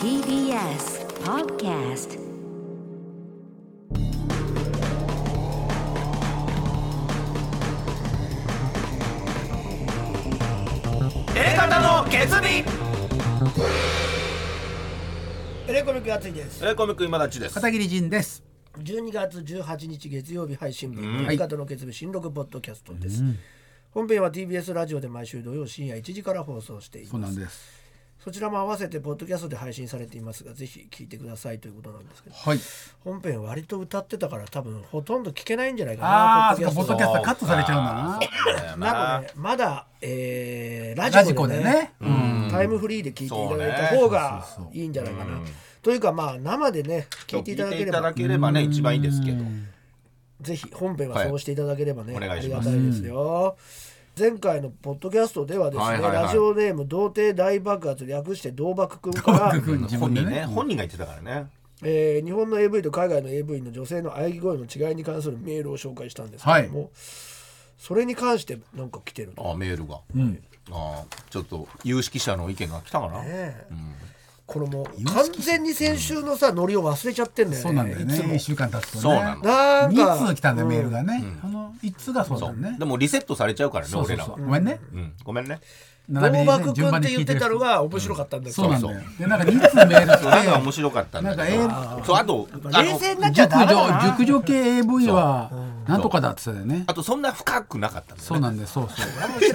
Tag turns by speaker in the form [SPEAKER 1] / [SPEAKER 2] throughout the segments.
[SPEAKER 1] TBS Podcast
[SPEAKER 2] 方の決意
[SPEAKER 3] エレコミックやついです
[SPEAKER 2] エレコミック今立ちです
[SPEAKER 4] 片桐仁です。
[SPEAKER 3] 12月18日月曜日配信分「
[SPEAKER 4] はい
[SPEAKER 3] 味方の決意新録ポッドキャスト」です、本編は TBS ラジオで毎週土曜深夜1時から放送してい
[SPEAKER 4] そうな
[SPEAKER 3] ま
[SPEAKER 4] ん
[SPEAKER 3] す
[SPEAKER 4] です。
[SPEAKER 3] そちらも合わせてポッドキャストで配信されていますがぜひ聞いてくださいということなんですけど
[SPEAKER 4] はい。
[SPEAKER 3] 本編割と歌ってたから多分ほとんど聞けないんじゃないかな
[SPEAKER 4] ああ、そっか、ポッドキャストはカットされちゃうんだな。
[SPEAKER 3] トなんかねまだ、えーラ
[SPEAKER 4] ラ
[SPEAKER 3] ジ
[SPEAKER 4] ジ
[SPEAKER 3] コ
[SPEAKER 4] コ
[SPEAKER 3] で
[SPEAKER 4] で
[SPEAKER 3] ね
[SPEAKER 4] ね。
[SPEAKER 3] タイムフリーで聞いていただいた方が
[SPEAKER 4] そうねそうそうそう
[SPEAKER 3] いいんじゃないかなというかまあ生でね聞いていただければ
[SPEAKER 2] ければね一番いいですけど
[SPEAKER 3] ぜひ本編はそうしていただければね、
[SPEAKER 2] はいお
[SPEAKER 3] あ
[SPEAKER 2] 願いし
[SPEAKER 3] りが
[SPEAKER 2] ます
[SPEAKER 3] たいですよ。前回のポッドキャストではですね、
[SPEAKER 2] はいはいはい
[SPEAKER 3] ラジオネーム童貞大爆発略して童爆くんから、
[SPEAKER 4] くん自
[SPEAKER 2] 本
[SPEAKER 4] 分で
[SPEAKER 2] 人ね
[SPEAKER 4] ね。
[SPEAKER 2] 本人が言ってたからね
[SPEAKER 3] えー日本の AV と海外の AV の女性の喘ぎ声の違いに関するメールを紹介したんですけども、それに関してなんか来てると、
[SPEAKER 2] あメールがあちょっと有識者の意見が来たかな
[SPEAKER 3] ねこれもう完全に先週のさ、ノリを忘れちゃってんだよね
[SPEAKER 4] そうなんだよ
[SPEAKER 3] いつ
[SPEAKER 4] ね。
[SPEAKER 3] も
[SPEAKER 4] 一週間経つとね。
[SPEAKER 2] そうなの
[SPEAKER 3] なんか
[SPEAKER 4] 2通来たんだよ、メールがね。あの、1通がそうだ
[SPEAKER 2] そ
[SPEAKER 4] もんね
[SPEAKER 2] う。でもリセットされちゃうからね
[SPEAKER 4] そうそ
[SPEAKER 2] 俺
[SPEAKER 4] う
[SPEAKER 2] ら
[SPEAKER 4] そう
[SPEAKER 2] は
[SPEAKER 4] ごめんね。
[SPEAKER 2] うんごめんね
[SPEAKER 3] 童
[SPEAKER 4] に
[SPEAKER 3] 爆くんって言ってたのが面白かったんだけど、
[SPEAKER 4] そうなんだよ。で、なんか2通メール来て。
[SPEAKER 2] なんか面白かったんだけ
[SPEAKER 4] なん
[SPEAKER 2] どそうあとあ
[SPEAKER 3] 冷
[SPEAKER 2] の
[SPEAKER 3] 静になっちゃダメ
[SPEAKER 4] 熟
[SPEAKER 3] だな
[SPEAKER 4] 女、熟女系 AV は、なんとかだって言ってたよね
[SPEAKER 2] あ。とそんな深くなかったんだよね
[SPEAKER 4] そうなんだよ、そうそう。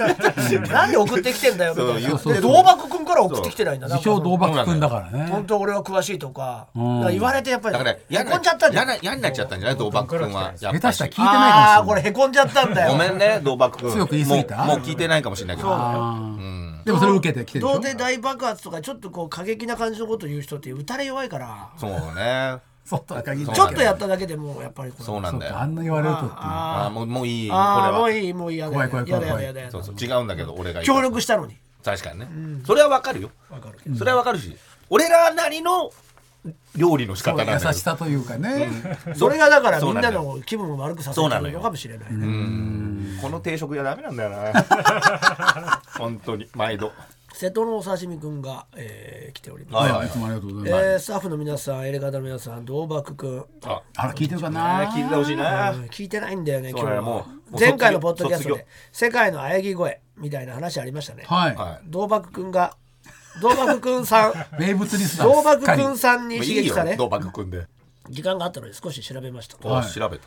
[SPEAKER 3] なんで送ってきてんだよみたい
[SPEAKER 2] そ
[SPEAKER 3] な。
[SPEAKER 2] うそうそう
[SPEAKER 3] で、同幕くんから送ってきてないんだな。
[SPEAKER 4] 自称同
[SPEAKER 3] なんか
[SPEAKER 4] 爆くんだから
[SPEAKER 3] その本
[SPEAKER 4] ね。
[SPEAKER 3] 当俺は詳しいとか、
[SPEAKER 4] ん
[SPEAKER 3] だから言われてやっぱり
[SPEAKER 2] だから
[SPEAKER 3] へ
[SPEAKER 2] 嫌
[SPEAKER 3] こんじゃったんじゃん。
[SPEAKER 2] 嫌になっちゃったんじゃないドーバック君はやっ
[SPEAKER 4] 下
[SPEAKER 2] ぱ
[SPEAKER 4] 手
[SPEAKER 2] り
[SPEAKER 4] したら聞いてない
[SPEAKER 3] あ
[SPEAKER 4] か
[SPEAKER 3] あ、
[SPEAKER 4] も
[SPEAKER 3] こ
[SPEAKER 4] し
[SPEAKER 3] れ
[SPEAKER 4] れない。
[SPEAKER 3] へこんじゃったんだよ。
[SPEAKER 2] ごめんねドーバック君
[SPEAKER 4] 強く言い過ぎた
[SPEAKER 2] もうもう聞いてないかもしれないけど
[SPEAKER 4] あーでもそれを受けてきてるでし
[SPEAKER 3] 童
[SPEAKER 4] ょ。
[SPEAKER 3] 貞大爆発とかちょっとこう過激な感じのこと言う人って打たれ弱いから、
[SPEAKER 2] そうね
[SPEAKER 4] そうとは限らない
[SPEAKER 3] ちょっとやっただけでもうやっぱりこ
[SPEAKER 2] そうなんだよ
[SPEAKER 4] あんな言われるとっていう。
[SPEAKER 2] ああもうもういいこれ
[SPEAKER 3] ああ、も
[SPEAKER 2] は
[SPEAKER 3] ういい、もう嫌だ。
[SPEAKER 4] 怖い怖い怖い
[SPEAKER 3] やだ
[SPEAKER 4] 怖い
[SPEAKER 3] やだやだ
[SPEAKER 2] そう
[SPEAKER 3] やだ。
[SPEAKER 2] そう違うんだけど俺が言う
[SPEAKER 3] 協力したのに。
[SPEAKER 2] 確かにねそれはわかるよ
[SPEAKER 3] わかるけど。
[SPEAKER 2] それはわかるし俺らなりの料理の仕
[SPEAKER 4] そ
[SPEAKER 2] 方
[SPEAKER 4] う
[SPEAKER 2] なんだよ
[SPEAKER 4] 優しさというかね。
[SPEAKER 3] それがだから
[SPEAKER 2] そ
[SPEAKER 3] み
[SPEAKER 2] うんなんだ
[SPEAKER 3] な
[SPEAKER 2] よ
[SPEAKER 3] の気分を悪くさせ
[SPEAKER 2] そう
[SPEAKER 3] て
[SPEAKER 2] なの
[SPEAKER 3] る
[SPEAKER 2] よ
[SPEAKER 3] のかもしれない。
[SPEAKER 2] この定食屋ダメなんだよな 本当に毎度
[SPEAKER 3] 瀬戸のお刺身くんが、えー来ております。
[SPEAKER 2] はい
[SPEAKER 4] いつもありがとうございます。
[SPEAKER 3] えースタッフの皆さん、エレガタの皆さん、道爆くん、
[SPEAKER 2] あ
[SPEAKER 4] あら、聞いてるかな
[SPEAKER 2] 聞いてほしいな
[SPEAKER 3] うん聞いてないんだよね、
[SPEAKER 2] そ
[SPEAKER 3] 今
[SPEAKER 2] う
[SPEAKER 3] 日
[SPEAKER 2] だよ
[SPEAKER 3] は
[SPEAKER 2] もうもう
[SPEAKER 3] 前回のポッドキャス
[SPEAKER 2] 卒業
[SPEAKER 3] トで、世界の喘ぎ声みたいな話ありましたね。
[SPEAKER 4] は
[SPEAKER 2] は
[SPEAKER 3] 道爆くんが、道爆く んさん、
[SPEAKER 4] い。名物リスナー。
[SPEAKER 3] 道爆くん
[SPEAKER 4] ん。
[SPEAKER 3] さん
[SPEAKER 2] い
[SPEAKER 3] に
[SPEAKER 2] まあ
[SPEAKER 3] 刺
[SPEAKER 2] いい
[SPEAKER 3] 激
[SPEAKER 2] よ
[SPEAKER 3] され、
[SPEAKER 2] ドーバック 君で
[SPEAKER 3] 時間があったので少し調べました。
[SPEAKER 2] こう調べた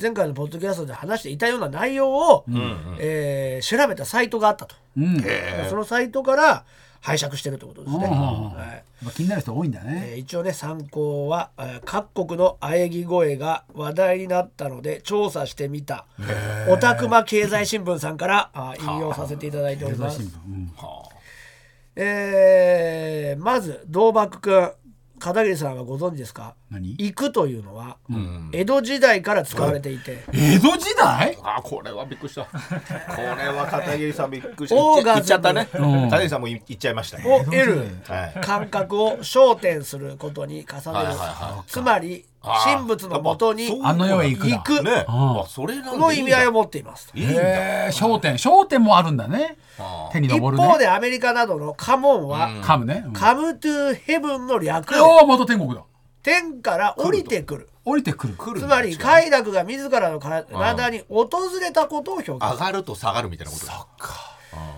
[SPEAKER 3] 前回のポッドキャストで話していたような内容を、えー調べたサイトがあったと。
[SPEAKER 4] うん。
[SPEAKER 3] そのサイトから拝借してるということですね。
[SPEAKER 4] うん
[SPEAKER 3] はい
[SPEAKER 4] まあ気になる人多いんだね。
[SPEAKER 3] えー一応ね参考はえー各国の喘ぎ声が話題になったので調査してみたオタクマ経済新聞さんからあ引用させていただいておりま
[SPEAKER 4] 朝日
[SPEAKER 3] す
[SPEAKER 4] 新、聞うん
[SPEAKER 3] えーまず道幕くん片桐さんはご存知ですか
[SPEAKER 4] 何
[SPEAKER 3] 行くというのは、江戸時代から使われていて、
[SPEAKER 4] 江戸時代
[SPEAKER 2] あこれはびっくり したこれは片桐さんびっくりした
[SPEAKER 3] オー
[SPEAKER 2] いっちゃ
[SPEAKER 3] ガズム
[SPEAKER 2] いっちゃったね
[SPEAKER 4] ん
[SPEAKER 2] 片桐さんもいいっちゃいました
[SPEAKER 3] を
[SPEAKER 2] ね
[SPEAKER 3] 得る
[SPEAKER 2] はい
[SPEAKER 3] 感覚を焦点することに重
[SPEAKER 2] はいはい
[SPEAKER 3] ねる
[SPEAKER 2] は
[SPEAKER 3] つまり
[SPEAKER 2] あー
[SPEAKER 3] 神仏のもとに
[SPEAKER 2] やっぱ
[SPEAKER 4] あの世へ行く
[SPEAKER 3] 行
[SPEAKER 4] だ。
[SPEAKER 3] く
[SPEAKER 2] ね
[SPEAKER 4] うん
[SPEAKER 2] あそれなん
[SPEAKER 3] こ
[SPEAKER 2] で
[SPEAKER 3] の
[SPEAKER 2] いい
[SPEAKER 3] 意
[SPEAKER 2] ん
[SPEAKER 3] 味合
[SPEAKER 2] だ
[SPEAKER 3] いを持っています
[SPEAKER 2] いいんだ
[SPEAKER 4] へえ、商店。商店もあるんだね。
[SPEAKER 2] あ
[SPEAKER 4] 手に
[SPEAKER 3] 一
[SPEAKER 4] 登るね。
[SPEAKER 3] 方でアメリカなどのカモンは、
[SPEAKER 4] 噛むね。うん
[SPEAKER 3] カムトゥーヘブンの略で
[SPEAKER 4] おお、元天国だ。
[SPEAKER 3] 天から降りてくる
[SPEAKER 4] 降りてくる。
[SPEAKER 2] 来る
[SPEAKER 3] つ
[SPEAKER 2] んだ
[SPEAKER 3] まり快楽が自らの体に訪れたことを表現
[SPEAKER 2] 上がると下がるみたいなことだ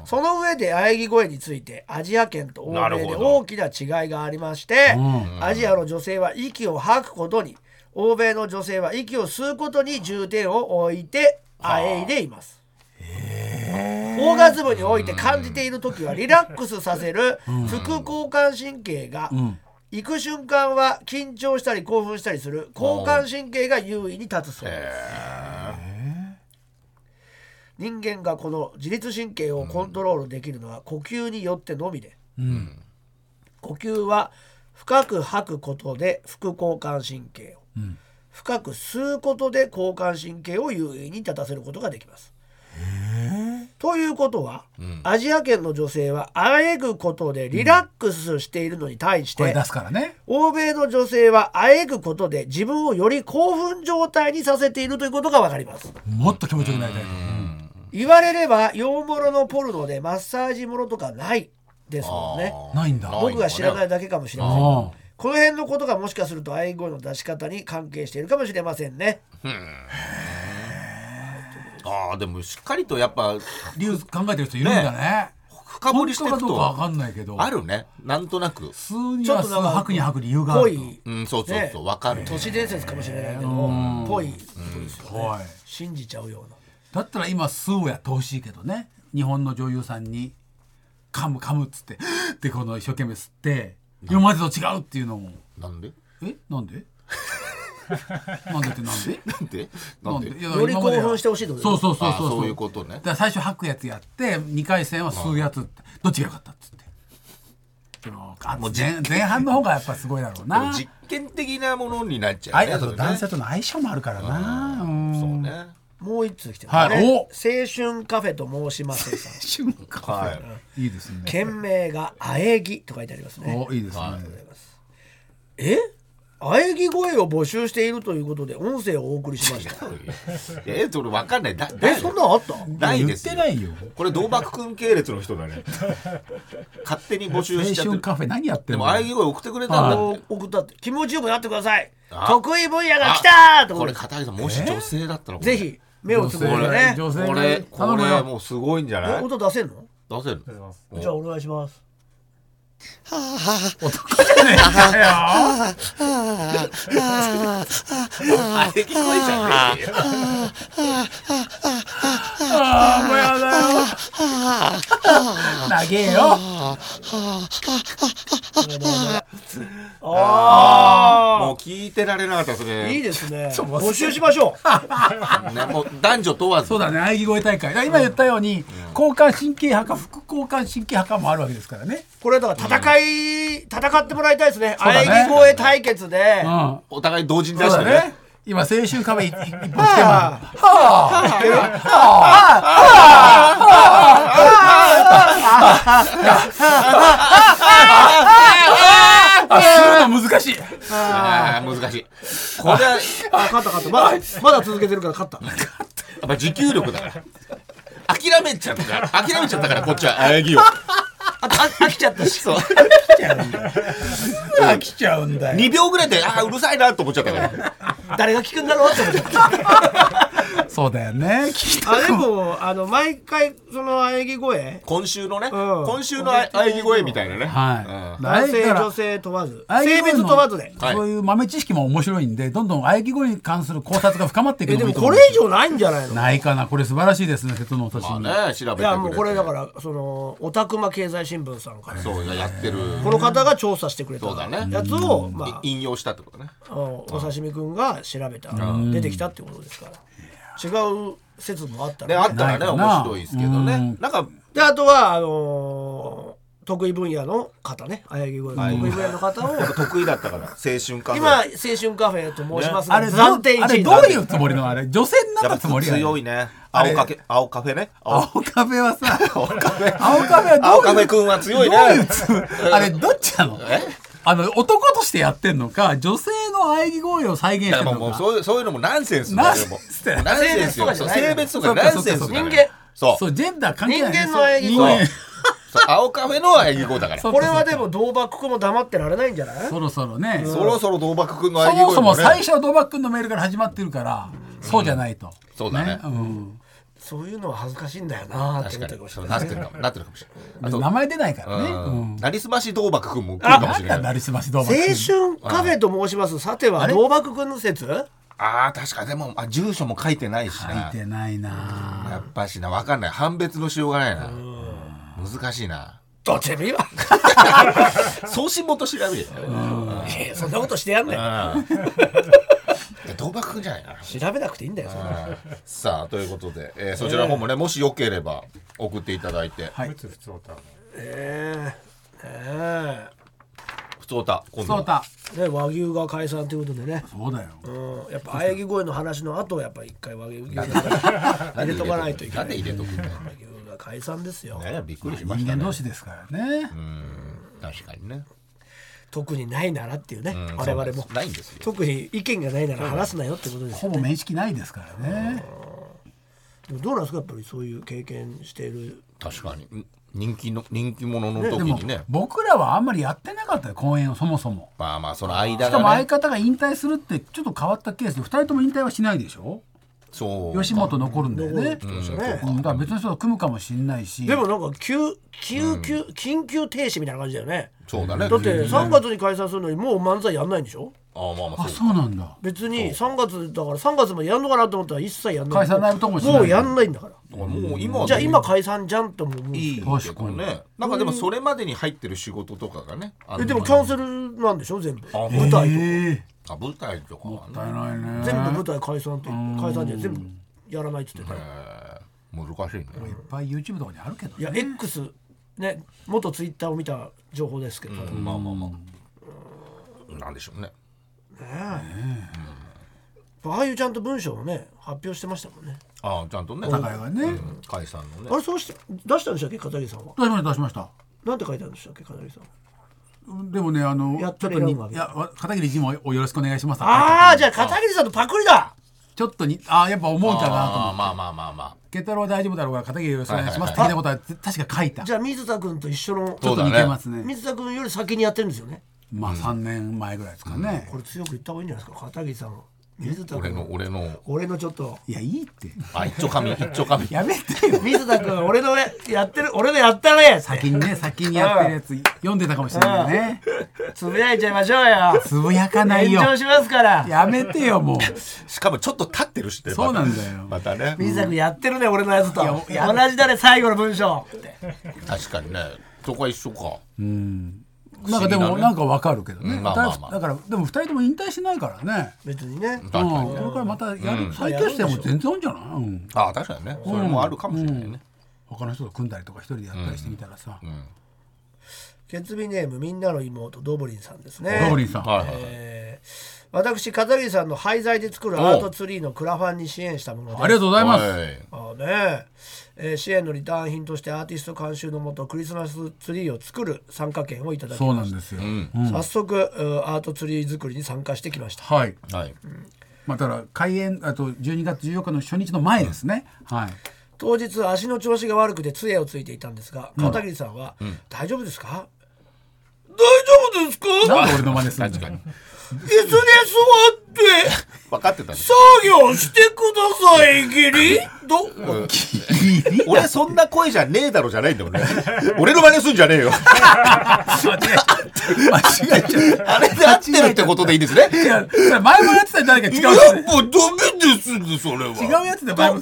[SPEAKER 3] その上で喘ぎ声についてアジア圏と欧
[SPEAKER 2] なる
[SPEAKER 3] 米
[SPEAKER 2] ほ
[SPEAKER 3] で
[SPEAKER 2] ど。
[SPEAKER 3] 大きな違いがありまして、アジアの女性は息を吐くことに欧米の女性は息を吸うことに重点を置いて喘いでいます。オーガズムにおいて感じている時はリラックスさせる副交感神経が、行く瞬間は緊張したり興奮したりする交感神経が優位に立つそうです。人間がこの自律神経をコントロールできるのは呼吸によってのみで、呼吸は深く吐くことで副交感神経を、深く吸うことで交感神経を優位に立たせることができます。ということは、アジア圏の女性はあえぐことでリラックスしているのに対して、
[SPEAKER 4] 声出すからね。
[SPEAKER 3] 欧米の女性はあえぐことで自分をより興奮状態にさせているということがわかります。
[SPEAKER 4] もっと気持ちよくなりたいと。
[SPEAKER 3] 言われれば洋物のポルノでマッサージものとかないですもんね
[SPEAKER 4] ないんだ
[SPEAKER 3] 僕が知らないいだけかもしれませんが
[SPEAKER 4] あ
[SPEAKER 3] この辺のことがもしかすると愛語の出し方に関係しているかもしれませんね
[SPEAKER 2] ああ、でもしっかりとやっぱ
[SPEAKER 4] あ理由考えてる人いるんだね
[SPEAKER 2] 深掘りしていく
[SPEAKER 4] 本当かどうかわ
[SPEAKER 2] と
[SPEAKER 4] かんないけど
[SPEAKER 2] あるね。なんとなく。
[SPEAKER 4] 数に
[SPEAKER 3] ちょ
[SPEAKER 4] は
[SPEAKER 3] っと
[SPEAKER 4] 数
[SPEAKER 3] なんか
[SPEAKER 4] 吐くに吐く理由があ
[SPEAKER 3] ぽ
[SPEAKER 4] ると
[SPEAKER 3] い
[SPEAKER 2] うん、そうそうそう、わかる。
[SPEAKER 3] 都市伝説かもしれないけど
[SPEAKER 4] うん
[SPEAKER 3] ぽいことですよね
[SPEAKER 4] はい
[SPEAKER 3] 信じちゃうような
[SPEAKER 4] だったら今数をやってほしいけどね日本の女優さんに噛む噛むっつって でこの一生懸命吸って今までと違うっていうのも
[SPEAKER 2] なんで？
[SPEAKER 4] えなん でなんでってなんで
[SPEAKER 2] なんで？なんで？
[SPEAKER 4] いや
[SPEAKER 3] より
[SPEAKER 4] 今までは
[SPEAKER 3] 興奮してほしいってこと
[SPEAKER 4] そうそうそう
[SPEAKER 2] あ
[SPEAKER 4] そう
[SPEAKER 2] そういうことね
[SPEAKER 4] だから最初吐くやつやって二回戦は吸うやつってどっちが良かったっつってあもう前前半の方がやっぱすごいだろう
[SPEAKER 2] でも
[SPEAKER 4] な
[SPEAKER 2] 実験的なものになっちゃう
[SPEAKER 4] 愛
[SPEAKER 2] ね。
[SPEAKER 4] だと男性
[SPEAKER 2] そ
[SPEAKER 4] との相性もあるからなう
[SPEAKER 2] れね。そうんね。
[SPEAKER 3] もう一通来てます
[SPEAKER 4] は
[SPEAKER 3] ね、
[SPEAKER 4] い
[SPEAKER 3] 青春カフェと申します さん
[SPEAKER 4] 瞬間
[SPEAKER 2] はい
[SPEAKER 4] いですね
[SPEAKER 3] 県名が「あえぎ」と書いてありますね
[SPEAKER 4] おいいですね
[SPEAKER 3] えあえぎ声を募集しているということで音声をお送りしました
[SPEAKER 2] え、それわかんない。だ、
[SPEAKER 3] え
[SPEAKER 2] だ、
[SPEAKER 3] そんなのあった
[SPEAKER 2] ないですよ。
[SPEAKER 4] 言ってないよ
[SPEAKER 2] これ同幕くん系列の人だね。勝手に募集しちゃ
[SPEAKER 4] 青
[SPEAKER 2] って
[SPEAKER 4] 春
[SPEAKER 2] る。
[SPEAKER 4] カフェ何やっ
[SPEAKER 2] で
[SPEAKER 4] てんの
[SPEAKER 2] もあいぎ声送ってくれたんだって。
[SPEAKER 3] 送ったって気持ちよくなってください
[SPEAKER 2] あ
[SPEAKER 3] 得意分野が
[SPEAKER 2] あ
[SPEAKER 3] 来たーと
[SPEAKER 2] これ
[SPEAKER 3] か
[SPEAKER 2] 片桐さんもし女性だったらこれ
[SPEAKER 3] ぜひ目をつぶ
[SPEAKER 2] こ
[SPEAKER 3] っ
[SPEAKER 2] れ
[SPEAKER 3] てね
[SPEAKER 4] 女性
[SPEAKER 2] これこ
[SPEAKER 4] 頼む
[SPEAKER 2] れ
[SPEAKER 4] よ
[SPEAKER 2] もうすごいんじゃ
[SPEAKER 3] え
[SPEAKER 2] ない
[SPEAKER 3] 音出せんの
[SPEAKER 2] 出せる
[SPEAKER 3] じゃあお願いします
[SPEAKER 2] あいぎ声じゃねえよ
[SPEAKER 4] ああもうやだよ長えよ
[SPEAKER 3] あ
[SPEAKER 2] もう聞いてられなかったです
[SPEAKER 3] あいい
[SPEAKER 2] ね
[SPEAKER 3] ですね募集しましょう
[SPEAKER 2] ねもう男女問わず
[SPEAKER 4] そうだね喘ぎ声大会だから今言ったように交感神経派か副交感神経派かもあるわけですからね
[SPEAKER 3] これだから戦い戦ってもらいたいですね
[SPEAKER 4] う
[SPEAKER 3] あ
[SPEAKER 4] だ
[SPEAKER 3] え
[SPEAKER 4] ね
[SPEAKER 3] ぎ声対決で
[SPEAKER 4] うん
[SPEAKER 2] お互い同時に
[SPEAKER 4] そ
[SPEAKER 2] 出
[SPEAKER 4] う
[SPEAKER 2] して
[SPEAKER 4] だ
[SPEAKER 2] ね
[SPEAKER 4] ね今青春カフェ一本来てます
[SPEAKER 3] あ
[SPEAKER 4] あ吸うの難しい
[SPEAKER 2] あー難しいこれはや
[SPEAKER 3] あ勝った勝ったまだまだ続けてるから勝った
[SPEAKER 2] っぱ持久力だから諦めちゃったから諦めちゃったからこっちはあやぎを
[SPEAKER 3] あ飽きちゃったし
[SPEAKER 2] そう
[SPEAKER 4] 飽きちゃうんだよ
[SPEAKER 2] 2秒ぐらいであーうるさいなと思っちゃったから
[SPEAKER 3] 誰が聞くんだろうって思っちゃった
[SPEAKER 4] そうだよね聞いた
[SPEAKER 3] あでも あの毎回その喘ぎ声
[SPEAKER 2] 今週のね
[SPEAKER 3] ん
[SPEAKER 2] 今週のああやぎ声みたいなね
[SPEAKER 4] は
[SPEAKER 2] う
[SPEAKER 4] い
[SPEAKER 2] ん
[SPEAKER 3] 男性
[SPEAKER 4] だから
[SPEAKER 3] 女性問わず
[SPEAKER 4] 喘ぎ
[SPEAKER 3] 性
[SPEAKER 4] 声
[SPEAKER 3] 別
[SPEAKER 4] の
[SPEAKER 3] 問わずで
[SPEAKER 2] はい
[SPEAKER 4] そういう豆知識も面白いんでどんどん喘ぎ声に関する考察が深まっていく
[SPEAKER 3] え
[SPEAKER 4] の
[SPEAKER 3] で
[SPEAKER 4] もい
[SPEAKER 3] も
[SPEAKER 4] いと思
[SPEAKER 3] こ
[SPEAKER 4] う
[SPEAKER 3] れ以上ないんじゃないの
[SPEAKER 4] ないかなこれ素晴らしいですね瀬戸のお刺身
[SPEAKER 2] まあね調べてくれて
[SPEAKER 3] いやもうこれだからそのオタクマ経済新聞さんから
[SPEAKER 2] そうやってる
[SPEAKER 3] この方が調査してくれた
[SPEAKER 2] そうだね
[SPEAKER 3] やつを、
[SPEAKER 2] い
[SPEAKER 3] まあ、
[SPEAKER 2] 引用したってことね
[SPEAKER 3] あのお刺身くんが調べた出てきたってことですから違う説もあった
[SPEAKER 2] で
[SPEAKER 3] ら
[SPEAKER 2] あ
[SPEAKER 3] ね
[SPEAKER 2] ったらね
[SPEAKER 4] ないかな
[SPEAKER 2] 面白いですけどねなんか
[SPEAKER 3] であとはあのー得意分野の方ねあやぎ声の得意分野の方を
[SPEAKER 2] 得意だったから青春感
[SPEAKER 3] 今青春カフェと申します
[SPEAKER 4] あ
[SPEAKER 3] が、
[SPEAKER 4] れど
[SPEAKER 3] 暫定
[SPEAKER 4] あ
[SPEAKER 3] 1
[SPEAKER 4] れ
[SPEAKER 3] 位
[SPEAKER 4] どういうつもりのあれ女性に
[SPEAKER 2] や
[SPEAKER 4] なった
[SPEAKER 2] っ
[SPEAKER 4] つも
[SPEAKER 2] ぱ
[SPEAKER 4] りやね
[SPEAKER 2] 強いね
[SPEAKER 4] あれ
[SPEAKER 2] 青かけ青カフェね青
[SPEAKER 4] 青壁はさ青
[SPEAKER 2] カフェ
[SPEAKER 4] 壁はど
[SPEAKER 2] 青
[SPEAKER 4] ういう
[SPEAKER 2] カフェくんは強いね
[SPEAKER 4] どういうつあれどっちなのあの男としてやってんのか女性の喘ぎ声を再現して
[SPEAKER 2] だ
[SPEAKER 4] ん
[SPEAKER 2] から
[SPEAKER 4] の
[SPEAKER 2] もう
[SPEAKER 4] か
[SPEAKER 2] そういうそういうのもナンセンス
[SPEAKER 4] ナ
[SPEAKER 2] だ
[SPEAKER 4] ンセ
[SPEAKER 2] よ
[SPEAKER 4] ン
[SPEAKER 2] もう
[SPEAKER 4] スだよ
[SPEAKER 2] ナンセンスよそう性
[SPEAKER 3] 性
[SPEAKER 2] 別
[SPEAKER 3] 別
[SPEAKER 2] と
[SPEAKER 4] かじ
[SPEAKER 2] か
[SPEAKER 4] ゃない
[SPEAKER 2] ナンセンスだから
[SPEAKER 3] 人間
[SPEAKER 2] そうそ
[SPEAKER 4] そううジェンダー関係ないね
[SPEAKER 3] 人間の喘ぎ
[SPEAKER 4] そう
[SPEAKER 3] 声
[SPEAKER 4] 人間
[SPEAKER 2] 青カフェの愛義語だから
[SPEAKER 4] そ
[SPEAKER 2] そう
[SPEAKER 3] これはでも同幕くんも黙ってられないんじゃない
[SPEAKER 4] そろそろねそ
[SPEAKER 2] ろそろ同幕くんの愛義
[SPEAKER 4] も
[SPEAKER 2] 語
[SPEAKER 4] そ
[SPEAKER 2] にも
[SPEAKER 4] も
[SPEAKER 2] ね
[SPEAKER 4] 最初ドバックンのメールから始まってるからそうじゃないと
[SPEAKER 2] そうだね
[SPEAKER 4] うん
[SPEAKER 3] そういうのは恥ずかしいんだよなーって
[SPEAKER 2] 確
[SPEAKER 3] 思
[SPEAKER 2] か
[SPEAKER 3] ってるかも
[SPEAKER 2] にそうないってるか
[SPEAKER 3] しれなね
[SPEAKER 2] もなってるかもしれないあと
[SPEAKER 4] 名前出ないか
[SPEAKER 2] う
[SPEAKER 4] らねう
[SPEAKER 2] ん
[SPEAKER 4] ん
[SPEAKER 2] なりすまし同幕くんも来るかもしれ
[SPEAKER 4] なんだ
[SPEAKER 2] な
[SPEAKER 4] ないりすましドバックンって
[SPEAKER 3] 青春カフェと申しますさては同幕くんの説
[SPEAKER 2] ああ確かでもあ住所も書いてないし
[SPEAKER 4] 書い
[SPEAKER 2] な
[SPEAKER 4] てないな
[SPEAKER 2] やっぱしな分かんない判別のしようがないな難しいな
[SPEAKER 3] どっちでもいいわ
[SPEAKER 2] 送信元調べるよ
[SPEAKER 3] いやそんなことしてやんねん
[SPEAKER 2] 同幕くんじゃないかな
[SPEAKER 3] 調べなくていいんだよそれ
[SPEAKER 2] さあということで、えーそちらの方もね、もしよければ送っていただいて、
[SPEAKER 4] はい
[SPEAKER 5] 普通歌
[SPEAKER 3] えーね
[SPEAKER 2] 普通歌今度
[SPEAKER 4] そうだ
[SPEAKER 3] えね和牛が解散ということでね
[SPEAKER 4] そうだよ
[SPEAKER 3] うんやっぱあやぎ声の話の後やっぱ一回和牛が
[SPEAKER 2] 入
[SPEAKER 3] 入れとかないといけない
[SPEAKER 2] んで入れとくんだよ
[SPEAKER 3] 和牛が解散ですよ
[SPEAKER 2] ねびっくりしまし
[SPEAKER 4] 人
[SPEAKER 2] た
[SPEAKER 4] 間
[SPEAKER 2] ね
[SPEAKER 4] 同士ですからね
[SPEAKER 2] 確かにね、
[SPEAKER 3] 特にないならっていうね
[SPEAKER 2] うん
[SPEAKER 3] 我々
[SPEAKER 2] そ
[SPEAKER 3] も
[SPEAKER 2] うなんですないんですよ
[SPEAKER 3] 特に意見がないなら話すなよってことです
[SPEAKER 4] ほ
[SPEAKER 3] よ
[SPEAKER 4] ぼ面識ないですからね
[SPEAKER 3] でもどうなんですかやっぱりそういう経験している
[SPEAKER 2] 確かにん人気の人気者の時
[SPEAKER 4] でも
[SPEAKER 2] にね
[SPEAKER 4] 僕らはあんまりやってなかったよ公演をそもそも
[SPEAKER 2] まあまあその
[SPEAKER 4] し
[SPEAKER 2] 間
[SPEAKER 4] かも
[SPEAKER 2] が
[SPEAKER 4] 相
[SPEAKER 2] ね
[SPEAKER 4] 方が引退するってちょっと変わったケースで2人とも引退はしないでしょ
[SPEAKER 2] そう
[SPEAKER 4] 吉本残るんだよ
[SPEAKER 3] 残る
[SPEAKER 4] ね
[SPEAKER 3] って言ってました
[SPEAKER 4] う
[SPEAKER 3] ね
[SPEAKER 4] んだから別の人と組むかもしんないし
[SPEAKER 3] でもなんか急急急、緊急停止みたいな感じだよね
[SPEAKER 2] そうだね
[SPEAKER 3] だって3月に解散するのにもう漫才やんないんでしょ
[SPEAKER 2] ああまあまあ
[SPEAKER 4] あ
[SPEAKER 2] そう
[SPEAKER 4] そうなんだ
[SPEAKER 3] 別に3月だから3月までやんのかなと思ったら一切やんない
[SPEAKER 4] 解散ライブとかもしない
[SPEAKER 3] もうやんないんだから
[SPEAKER 2] だからもう今は
[SPEAKER 3] じゃあ今解散じゃんとも思う
[SPEAKER 2] いいけ
[SPEAKER 4] 確か
[SPEAKER 2] ど
[SPEAKER 4] に
[SPEAKER 2] ねなんかでもそれまでに入ってる仕事とかがねあの
[SPEAKER 3] えでもキャンセルなんでしょ全部
[SPEAKER 2] あ
[SPEAKER 3] 舞台とか
[SPEAKER 4] え
[SPEAKER 2] あ舞台とかは
[SPEAKER 4] え
[SPEAKER 2] ね
[SPEAKER 4] だいないね
[SPEAKER 3] 全部舞台解散って言って解散じゃ全部やらないって言ってたよ
[SPEAKER 2] えー難しいね
[SPEAKER 4] いっぱい YouTube とかにあるけど
[SPEAKER 3] いや X ね元ツイッターを見た情報ですけど、
[SPEAKER 2] まあまあまあなんでしょうね
[SPEAKER 3] ああいうちゃんと文章をね発表してましたもんね
[SPEAKER 2] ああちゃんとね
[SPEAKER 4] お互いがね
[SPEAKER 2] うん解散のね
[SPEAKER 3] あれそうして出したんでしたっけ片桐さんは
[SPEAKER 4] 出しました出しました
[SPEAKER 3] なんて書いてあるんでしたっけ片桐さん
[SPEAKER 4] でもねあの
[SPEAKER 3] やっ
[SPEAKER 4] ち
[SPEAKER 3] と
[SPEAKER 4] ょっ
[SPEAKER 3] レ
[SPEAKER 4] と
[SPEAKER 3] ラ
[SPEAKER 4] に
[SPEAKER 3] ン
[SPEAKER 4] い
[SPEAKER 3] が
[SPEAKER 4] やわ片桐仁もおよろしくお願いします
[SPEAKER 3] ああじゃあ片桐さんとパクリだ
[SPEAKER 4] ちょっとにああやっぱ思うかなと思
[SPEAKER 2] あ
[SPEAKER 4] っ
[SPEAKER 2] ー
[SPEAKER 4] て
[SPEAKER 2] まあまあまあまま
[SPEAKER 4] 「慶太郎は大丈夫だろうが片桐よろしくお願いします」的なことは確か書いた
[SPEAKER 3] じゃあ水田君と一緒の
[SPEAKER 2] あそうだ
[SPEAKER 4] 似てま
[SPEAKER 2] ね
[SPEAKER 4] すね
[SPEAKER 3] 水田君より先にやってるんですよね
[SPEAKER 4] まあ3年前ぐらいですかね
[SPEAKER 3] これ強く言った方がいいんじゃないですか片桐さん水田
[SPEAKER 2] 俺
[SPEAKER 3] 君
[SPEAKER 2] の俺の
[SPEAKER 3] 俺のちょっと
[SPEAKER 4] いやいいって
[SPEAKER 2] あ一丁 紙一丁紙
[SPEAKER 4] やめてよ
[SPEAKER 3] 水田君俺のやってる俺のやったねって
[SPEAKER 4] 先にね先にやってるやつ読んでたかもしれないよね
[SPEAKER 3] つぶやいちゃいましょうよ
[SPEAKER 4] つぶやかないよ
[SPEAKER 3] 炎上しますから
[SPEAKER 4] やめてよもう
[SPEAKER 2] しかもちょっと立ってるしね
[SPEAKER 4] そうなん
[SPEAKER 2] よ
[SPEAKER 4] だよ
[SPEAKER 2] またね
[SPEAKER 3] 水田君やってるね俺のやつと同
[SPEAKER 4] いや
[SPEAKER 3] じだね最後の文章
[SPEAKER 2] 確かにねそこは一緒か
[SPEAKER 4] なんかで
[SPEAKER 2] 不思議だ
[SPEAKER 4] も
[SPEAKER 2] ね
[SPEAKER 4] なんかわかるけどね
[SPEAKER 2] うんまあまあまあ
[SPEAKER 4] だからでも2人とも引退してないからね
[SPEAKER 3] 別にね
[SPEAKER 2] 確か
[SPEAKER 4] う
[SPEAKER 2] に
[SPEAKER 4] ん
[SPEAKER 2] ね
[SPEAKER 4] これからまたやる、再結成も全然あるんじゃない、うん、
[SPEAKER 2] ああ確かにねそれもあるかもしれないね
[SPEAKER 4] 他の人と組んだりとか一人でやったりしてみたらさ、
[SPEAKER 3] ケツビネームみんなの妹ドブリンさんですね
[SPEAKER 4] ドブリンさん、
[SPEAKER 2] はいはいはい
[SPEAKER 3] えー私片桐さんの廃材で作るアートツリーのクラファンに支援したものです
[SPEAKER 4] ありがとうございます、
[SPEAKER 2] はい
[SPEAKER 3] あーねえー支援のリターン品としてアーティスト監修のもとクリスマスツリーを作る参加券をいただき
[SPEAKER 4] そうな
[SPEAKER 3] ま
[SPEAKER 4] ん
[SPEAKER 3] し
[SPEAKER 4] ですよ、
[SPEAKER 3] た、早速うーアートツリー作りに参加してきました
[SPEAKER 4] はい
[SPEAKER 2] はい
[SPEAKER 4] まあだから開演あと12月14日の初日の前ですね、はい
[SPEAKER 3] 当日足の調子が悪くて杖をついていたんですが片桐さんは、大丈夫ですか大丈夫ですか
[SPEAKER 4] なんで俺の真似 するん
[SPEAKER 2] 確
[SPEAKER 4] だ
[SPEAKER 2] か
[SPEAKER 4] よ
[SPEAKER 2] に
[SPEAKER 3] 椅子で座って
[SPEAKER 2] 分かってたね
[SPEAKER 3] 作業してくださいギリど
[SPEAKER 2] 俺そんな声じゃねえだろじゃないんだよね 俺の真似すんじゃねえよ
[SPEAKER 4] 間違えちゃった
[SPEAKER 2] あれで合ってるってことでいいんですね
[SPEAKER 4] いやそれ前もやってたんじゃないか違う
[SPEAKER 2] いや
[SPEAKER 4] やつで
[SPEAKER 2] もうダメですねそれは
[SPEAKER 4] 違うやつで前も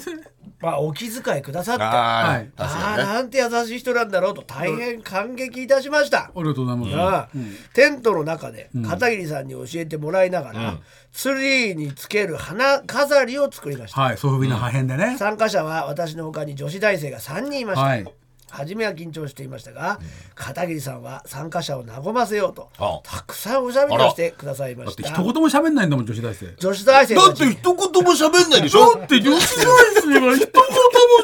[SPEAKER 3] まあお気遣いくださってあ
[SPEAKER 2] は
[SPEAKER 4] はい
[SPEAKER 2] い確
[SPEAKER 3] あ
[SPEAKER 2] かにね
[SPEAKER 3] なんて優しい人なんだろうと大変感激いたしました、
[SPEAKER 4] ありがとうございま
[SPEAKER 3] ああテントの中で片桐さんに教えてもらいながら、ツリーにつける花飾りを作りまし
[SPEAKER 4] す
[SPEAKER 3] た、
[SPEAKER 4] はいソフビの破片でね、
[SPEAKER 3] 参加者は私のほかに女子大生が3人いました、
[SPEAKER 4] はい
[SPEAKER 3] 初めは緊張していましたが、片桐さんは参加者を和ませようと
[SPEAKER 2] ああ
[SPEAKER 3] たくさんおしゃべりをしてくださいま
[SPEAKER 4] だっ
[SPEAKER 3] してた
[SPEAKER 4] 一言も喋んないんだもん女子大生
[SPEAKER 3] 女子大生
[SPEAKER 2] だ
[SPEAKER 3] た
[SPEAKER 2] っ
[SPEAKER 3] ち
[SPEAKER 2] て一言も喋んないでしょ
[SPEAKER 4] って女子大生が一言も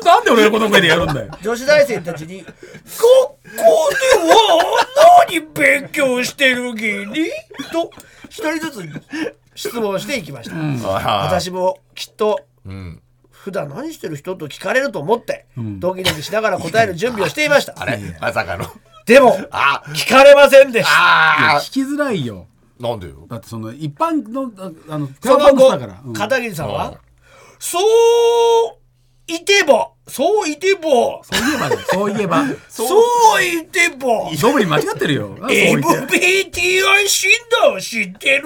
[SPEAKER 4] なんで俺のことまでやるんだよ
[SPEAKER 3] 女子大生たちに「学校では何勉強してる気に?」と一人ずつ質問していきました、私もきっと
[SPEAKER 2] うん
[SPEAKER 3] 普段何してる人と聞かれると思って、ドキドキしながら答える準備をしていました
[SPEAKER 2] あれまさかの
[SPEAKER 3] でも
[SPEAKER 2] あ
[SPEAKER 3] 聞かれませんでした
[SPEAKER 2] あ
[SPEAKER 4] 聞きづらいよ
[SPEAKER 2] ーなんでよ
[SPEAKER 4] だってその一般のああのク
[SPEAKER 3] そ
[SPEAKER 4] ラフ
[SPEAKER 3] の
[SPEAKER 4] ァンの人
[SPEAKER 3] 後
[SPEAKER 4] だから、うん
[SPEAKER 3] 片桐さんは、
[SPEAKER 2] うん
[SPEAKER 3] そういてばそういてば
[SPEAKER 4] そういえばねそういえば
[SPEAKER 3] そういてば
[SPEAKER 4] ドブリン間違ってる よなんかそう言って
[SPEAKER 3] MBTI 診断知ってる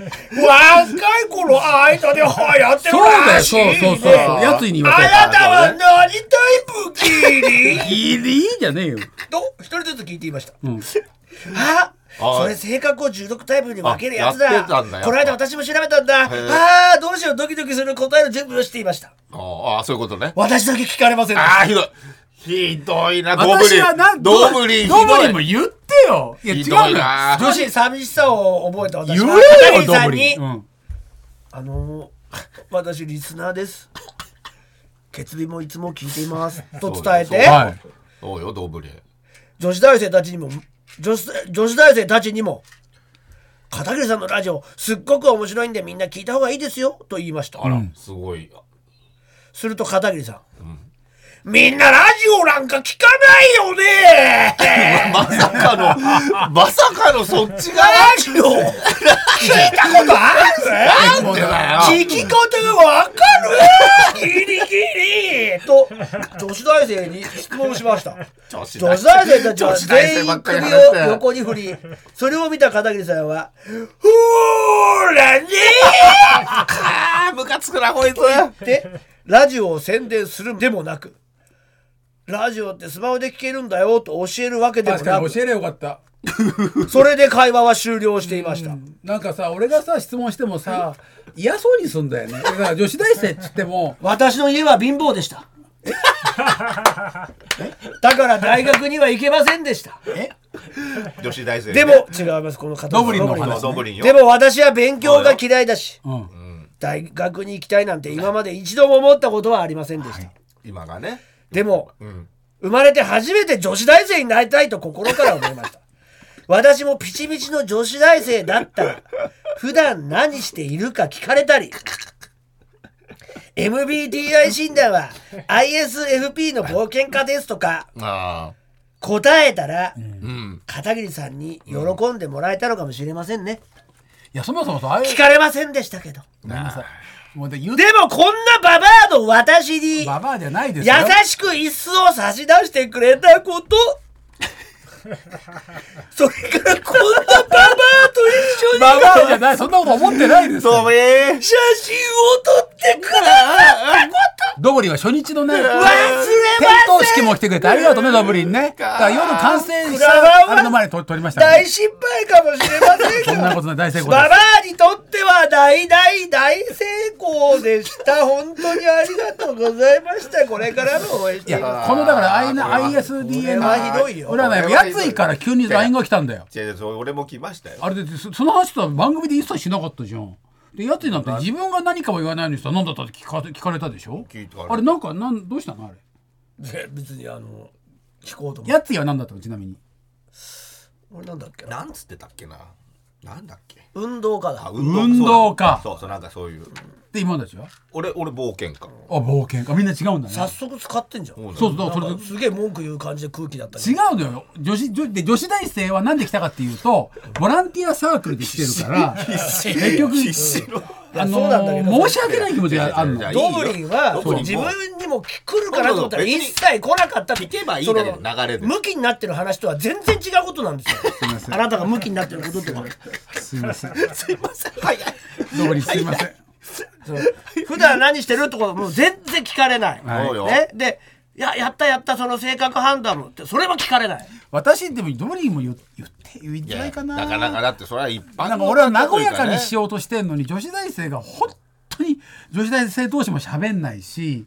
[SPEAKER 3] 若い頃間で流行ってる
[SPEAKER 4] そうだ
[SPEAKER 3] ら
[SPEAKER 4] よ
[SPEAKER 3] しいね
[SPEAKER 4] そうそうそうやつに言わ
[SPEAKER 3] あ
[SPEAKER 4] せ
[SPEAKER 3] なたは何タイプキリ
[SPEAKER 4] たいいいいじゃねえよ
[SPEAKER 3] と一人ずつ聞いていました、
[SPEAKER 4] ん
[SPEAKER 3] あ
[SPEAKER 2] あ
[SPEAKER 3] それ性格を16タイプに分けるやつだ
[SPEAKER 2] あやってたんだやっぱ
[SPEAKER 3] この間私も調べたんだああどうしようドキドキする答えの準備をしていました
[SPEAKER 2] あーあーそういうことね
[SPEAKER 3] 私だけ聞かれませんでした
[SPEAKER 2] ああひどいひどいなドブリ
[SPEAKER 4] 私
[SPEAKER 2] ン
[SPEAKER 4] はなん
[SPEAKER 2] ドブリンひ
[SPEAKER 4] ドブリン
[SPEAKER 2] ど
[SPEAKER 4] も
[SPEAKER 2] い
[SPEAKER 4] 言ってよいや違
[SPEAKER 2] ひ
[SPEAKER 4] う
[SPEAKER 2] どい
[SPEAKER 4] のよ
[SPEAKER 2] な
[SPEAKER 3] 女子寂しさを覚えた私
[SPEAKER 4] 言え
[SPEAKER 3] は
[SPEAKER 4] よ
[SPEAKER 3] 片桐さ
[SPEAKER 4] ド
[SPEAKER 3] ん
[SPEAKER 4] ブリ
[SPEAKER 3] に
[SPEAKER 4] ン、うん
[SPEAKER 3] あのー私リスナーです。決備もいつも聞いていますと伝
[SPEAKER 2] そ
[SPEAKER 3] え
[SPEAKER 2] うだ
[SPEAKER 3] て
[SPEAKER 2] よ
[SPEAKER 4] はい
[SPEAKER 2] そうよドブリン
[SPEAKER 3] 女子大生たちにも女子女子大生たちにも片桐さんのラジオすっごく面白いんでみんな聞いた方がいいですよと言いました
[SPEAKER 2] あらすごい
[SPEAKER 3] すると片桐さん、みんなラジオなんか聞かないよね
[SPEAKER 2] まさかの、 まさかのそっち
[SPEAKER 3] ラ
[SPEAKER 2] 側
[SPEAKER 3] ジオ聞いたことある
[SPEAKER 2] なんでだよ。
[SPEAKER 3] 聞き方がわかるギリギリと女子大生に質問しました
[SPEAKER 2] 女子
[SPEAKER 3] 女
[SPEAKER 2] 大
[SPEAKER 3] 子
[SPEAKER 2] 生
[SPEAKER 3] 大生たちは
[SPEAKER 2] 女子大生
[SPEAKER 3] 全
[SPEAKER 2] ば
[SPEAKER 3] 員
[SPEAKER 2] っかり
[SPEAKER 3] 首
[SPEAKER 2] 話
[SPEAKER 3] を
[SPEAKER 2] して
[SPEAKER 3] 横に振りそれを見た片桐さんは「ほーらね
[SPEAKER 2] あー、ムカつくな、こいつ。
[SPEAKER 3] ー!」ってラジオを宣伝するでもなくラジオってスマホで聞けるんだよと教えるわけでも
[SPEAKER 5] 確か
[SPEAKER 3] な
[SPEAKER 5] に教
[SPEAKER 3] く
[SPEAKER 5] えればよかった
[SPEAKER 3] それで会話は終了していました
[SPEAKER 5] なんかさ俺がさ質問してもさ嫌そうにすんだよねだから女子大生っつっても
[SPEAKER 3] 私の家は貧乏でした。だから大学には行けませんでした。
[SPEAKER 2] 女子大生ね。
[SPEAKER 3] でも違います、この方。
[SPEAKER 4] ドブリンの
[SPEAKER 2] そう、
[SPEAKER 4] 話
[SPEAKER 2] ドブリンよ。
[SPEAKER 3] でも私は勉強が嫌いだし、
[SPEAKER 4] うん
[SPEAKER 3] 大学に行きたいなんて今まで一度も思ったことはありませんでした。
[SPEAKER 2] 今がね。
[SPEAKER 3] でも、
[SPEAKER 2] うん。
[SPEAKER 3] 生まれて初めて女子大生になりたいと心から思いました。私もピチピチの女子大生だったら、普段何しているか聞かれたり、MBTI 診断は ISFP の冒険家ですとか、
[SPEAKER 2] ああ。
[SPEAKER 3] 答えたら、
[SPEAKER 2] うん。
[SPEAKER 3] 片桐さんに喜んでもらえたのかもしれませんね。
[SPEAKER 4] いやそもそもさああいう
[SPEAKER 3] 聞かれませんでしたけど。
[SPEAKER 4] ごめんなさいもうで言う
[SPEAKER 3] でもこんなババアの私に、
[SPEAKER 4] ババアじゃないです
[SPEAKER 3] 優
[SPEAKER 4] よ
[SPEAKER 3] しく椅子を差し出してくれた ことそれからこんなババアと一緒に
[SPEAKER 4] ババアじゃないそんなこと思ってないです
[SPEAKER 2] ドブリン
[SPEAKER 3] 写真を撮ってくれたこと
[SPEAKER 4] ドブリンは初日のね
[SPEAKER 3] 忘れ
[SPEAKER 4] 点
[SPEAKER 3] ま
[SPEAKER 4] 灯
[SPEAKER 3] せ
[SPEAKER 4] 式
[SPEAKER 3] ん
[SPEAKER 4] も来てくれてありがとうねドブリンねだから夜完成し
[SPEAKER 3] クラ
[SPEAKER 4] た
[SPEAKER 3] バ
[SPEAKER 4] あれの前にと撮りましたから
[SPEAKER 3] 大
[SPEAKER 4] ね
[SPEAKER 3] 失敗かもしれませんけ
[SPEAKER 4] そ
[SPEAKER 3] ど
[SPEAKER 4] んなことない大成功です
[SPEAKER 3] ババアにとっては大大大成功でした本当にありがとうございましたこれからも応援し
[SPEAKER 4] い
[SPEAKER 3] ています
[SPEAKER 4] やこのだから
[SPEAKER 2] あーこれは
[SPEAKER 4] ISDN
[SPEAKER 3] これはひどいよ
[SPEAKER 4] 占いやついから急に LINE が来たんだよ
[SPEAKER 2] 違う違うそう俺も来ましたよ。
[SPEAKER 4] あれでそその話とは番組で一切しなかったじゃん。でやつになって自分が何かも言わないのにさ何だったって聞か聞かれたでしょ
[SPEAKER 2] 聞いたあれ
[SPEAKER 4] あれなんかなんどうしたのあれ
[SPEAKER 3] 別にあの聞こうと思って
[SPEAKER 4] やついは何だったのちなみに
[SPEAKER 3] 俺なんだっけな
[SPEAKER 2] なんつってたっけな。なんだっけ。
[SPEAKER 3] 運動家だ
[SPEAKER 2] あ
[SPEAKER 4] 運動家
[SPEAKER 2] そうだそうそうなんかそういう。
[SPEAKER 4] で今たちは
[SPEAKER 2] 俺俺冒険家。
[SPEAKER 4] あ冒険かみんな違うんだね
[SPEAKER 3] 早速使ってんじゃん
[SPEAKER 2] そうだ
[SPEAKER 4] そうそうそれ
[SPEAKER 3] なん
[SPEAKER 4] で
[SPEAKER 3] かすげえ文句言う感じで空気だったけ
[SPEAKER 4] 違うのよ女子女で女子大生は何で来たかっていうとボランティアサークルで来てるから結局
[SPEAKER 2] 必死の。
[SPEAKER 4] あ
[SPEAKER 3] そうなんだけど
[SPEAKER 4] 申し訳ない気持ちがあるの
[SPEAKER 2] いやいやいや
[SPEAKER 3] どドブリンは
[SPEAKER 2] そう
[SPEAKER 3] 自分にも来るかなと思ったら
[SPEAKER 2] そうそう
[SPEAKER 3] 一切来なかったって
[SPEAKER 2] 聞けばいいんだけど
[SPEAKER 3] そ
[SPEAKER 2] 流れで
[SPEAKER 3] 向きになってる話とは全然違うことなんですよあなたが向きになってることとか
[SPEAKER 4] すいません
[SPEAKER 2] すいません。はい。
[SPEAKER 4] どこにすいません
[SPEAKER 3] 普段何してるとかもう全然聞かれない、
[SPEAKER 4] はい
[SPEAKER 2] そうよ。
[SPEAKER 3] ね、でいややったやったその性格判断もってそれは聞かれない
[SPEAKER 4] 私でもどれにも言言って言っ
[SPEAKER 2] い
[SPEAKER 4] てな
[SPEAKER 2] や
[SPEAKER 4] いかな
[SPEAKER 2] なかなかだってそれは一般の
[SPEAKER 4] なんか俺は和やかにし
[SPEAKER 2] よ
[SPEAKER 4] ようとしてんのに女子大生が本当に女子大生同士も喋んないし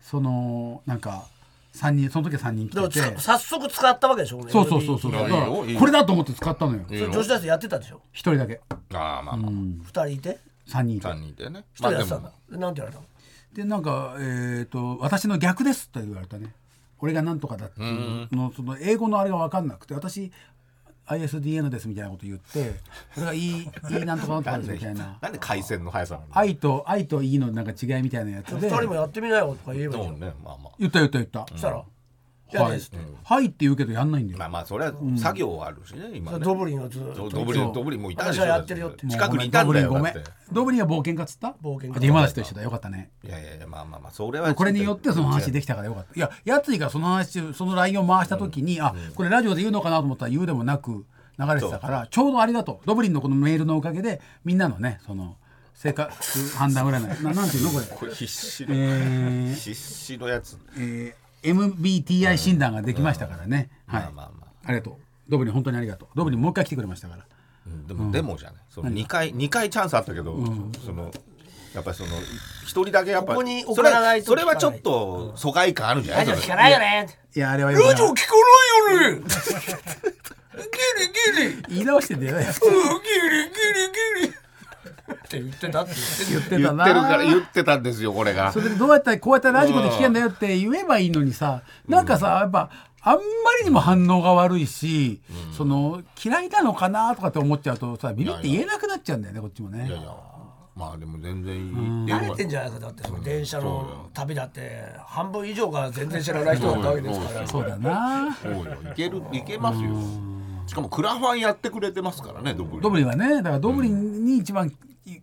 [SPEAKER 4] そのなんか3人その時は3人
[SPEAKER 3] で
[SPEAKER 4] 来
[SPEAKER 3] も
[SPEAKER 4] て
[SPEAKER 3] つ
[SPEAKER 4] て
[SPEAKER 3] 早速使ったわけでしょうね
[SPEAKER 4] そうそうそうそう
[SPEAKER 2] い
[SPEAKER 4] だ
[SPEAKER 2] や
[SPEAKER 4] か
[SPEAKER 2] いいよ
[SPEAKER 4] ら
[SPEAKER 2] いいよ
[SPEAKER 4] これだと思って使ったのよ
[SPEAKER 2] いい
[SPEAKER 3] LB
[SPEAKER 2] よ
[SPEAKER 3] 女子大生やってたでしょ
[SPEAKER 4] 一人だけ
[SPEAKER 2] ああまあまあ。
[SPEAKER 3] 二人いて
[SPEAKER 4] 3人いて
[SPEAKER 2] 三人でね。
[SPEAKER 3] 一
[SPEAKER 2] ま
[SPEAKER 3] 人
[SPEAKER 2] あ
[SPEAKER 3] や
[SPEAKER 2] で
[SPEAKER 3] ってたん
[SPEAKER 2] も
[SPEAKER 3] だ。なんて言われたの
[SPEAKER 4] でなんかえっ、と私の逆ですと言われたね俺がなんとかだっていうのその英語のあれが分かんなくて私 ISDN ですみたいなこと言って俺がいい「いいなんとかなんとかです」みたいな
[SPEAKER 2] なんで回線の速さなの。
[SPEAKER 4] 「愛と愛といい」のなんか違いみたいなやつ
[SPEAKER 3] 二
[SPEAKER 4] で
[SPEAKER 3] 人もやってみなよとか言えばいいじ
[SPEAKER 2] そ
[SPEAKER 3] ゃ
[SPEAKER 2] うんねまあまあ。
[SPEAKER 4] 言った言った言った、
[SPEAKER 3] そしたら「嫌
[SPEAKER 4] は
[SPEAKER 3] で
[SPEAKER 4] い
[SPEAKER 3] す」って、
[SPEAKER 4] はいって言うけどやんないんだよ、
[SPEAKER 2] まあまあそれは作業はあるしね今ね。
[SPEAKER 3] ドブリンはずっと
[SPEAKER 2] ドドブリンドブリンもいたでしょ。
[SPEAKER 3] 私はやってるよって
[SPEAKER 2] だ近くにいたんだよ
[SPEAKER 4] ご
[SPEAKER 2] だ
[SPEAKER 4] め
[SPEAKER 2] っ
[SPEAKER 4] ん
[SPEAKER 2] て。
[SPEAKER 4] ドブリンは冒険家っつった
[SPEAKER 3] 冒険家
[SPEAKER 4] あで今だと一緒だよかったね
[SPEAKER 2] いやいやいやまあまあまあそれは
[SPEAKER 4] これによってその話できたからよかったいややついがその話をその LINE を回した時に、あこれラジオで言うのかなと思ったら言うでもなく流れてたからちょうどありがとうドブリンのこのメールのおかげでみんなのねその性格判断占いななんていうのこれ
[SPEAKER 2] これ必死
[SPEAKER 4] え
[SPEAKER 2] の
[SPEAKER 4] ー
[SPEAKER 2] 必死のやつ。
[SPEAKER 4] えー MBTI 診断ができましたからね、はい、
[SPEAKER 2] まあまあまあ
[SPEAKER 4] ありがとうドブリン本当にありがとうドブリンもう一回来てくれましたから
[SPEAKER 2] うんでもでもじゃない。その二回二回チャンスあったけどその。やっぱりその一人だけやっぱ
[SPEAKER 3] ここに
[SPEAKER 2] それは
[SPEAKER 3] 送らないと
[SPEAKER 2] それはちょっと疎外感あるんじゃな
[SPEAKER 3] ラ
[SPEAKER 2] い
[SPEAKER 3] ジオ聞
[SPEAKER 2] それ
[SPEAKER 3] かないよね
[SPEAKER 4] いやあれはよくない
[SPEAKER 3] ラジオ聞かないよねギリギリ
[SPEAKER 4] 言い直して んだよね
[SPEAKER 3] うんギリギリギリって言ってたって言って
[SPEAKER 4] 言って
[SPEAKER 2] 言
[SPEAKER 4] た
[SPEAKER 2] っ
[SPEAKER 4] な
[SPEAKER 2] てるから言ってたんですよこれが
[SPEAKER 4] そ。れでどうやったらこうやったらラジコで聞けんだよって言えばいいのにさなんかさやっぱあんまりにも反応が悪いし、その嫌いなのかなとかって思っちゃうとさビビって言えなくなっちゃうんだよねこっちもね
[SPEAKER 2] いやいやまあでも全然いいって
[SPEAKER 3] 慣れてんじゃないですかだってその電車の旅だって半分以上が全然知らない人だったわけですから
[SPEAKER 4] そうだな
[SPEAKER 2] そうよいけるいけますよしかもクラファンやってくれてますからねドブリン
[SPEAKER 4] ドブリンはねだからドブリンに一番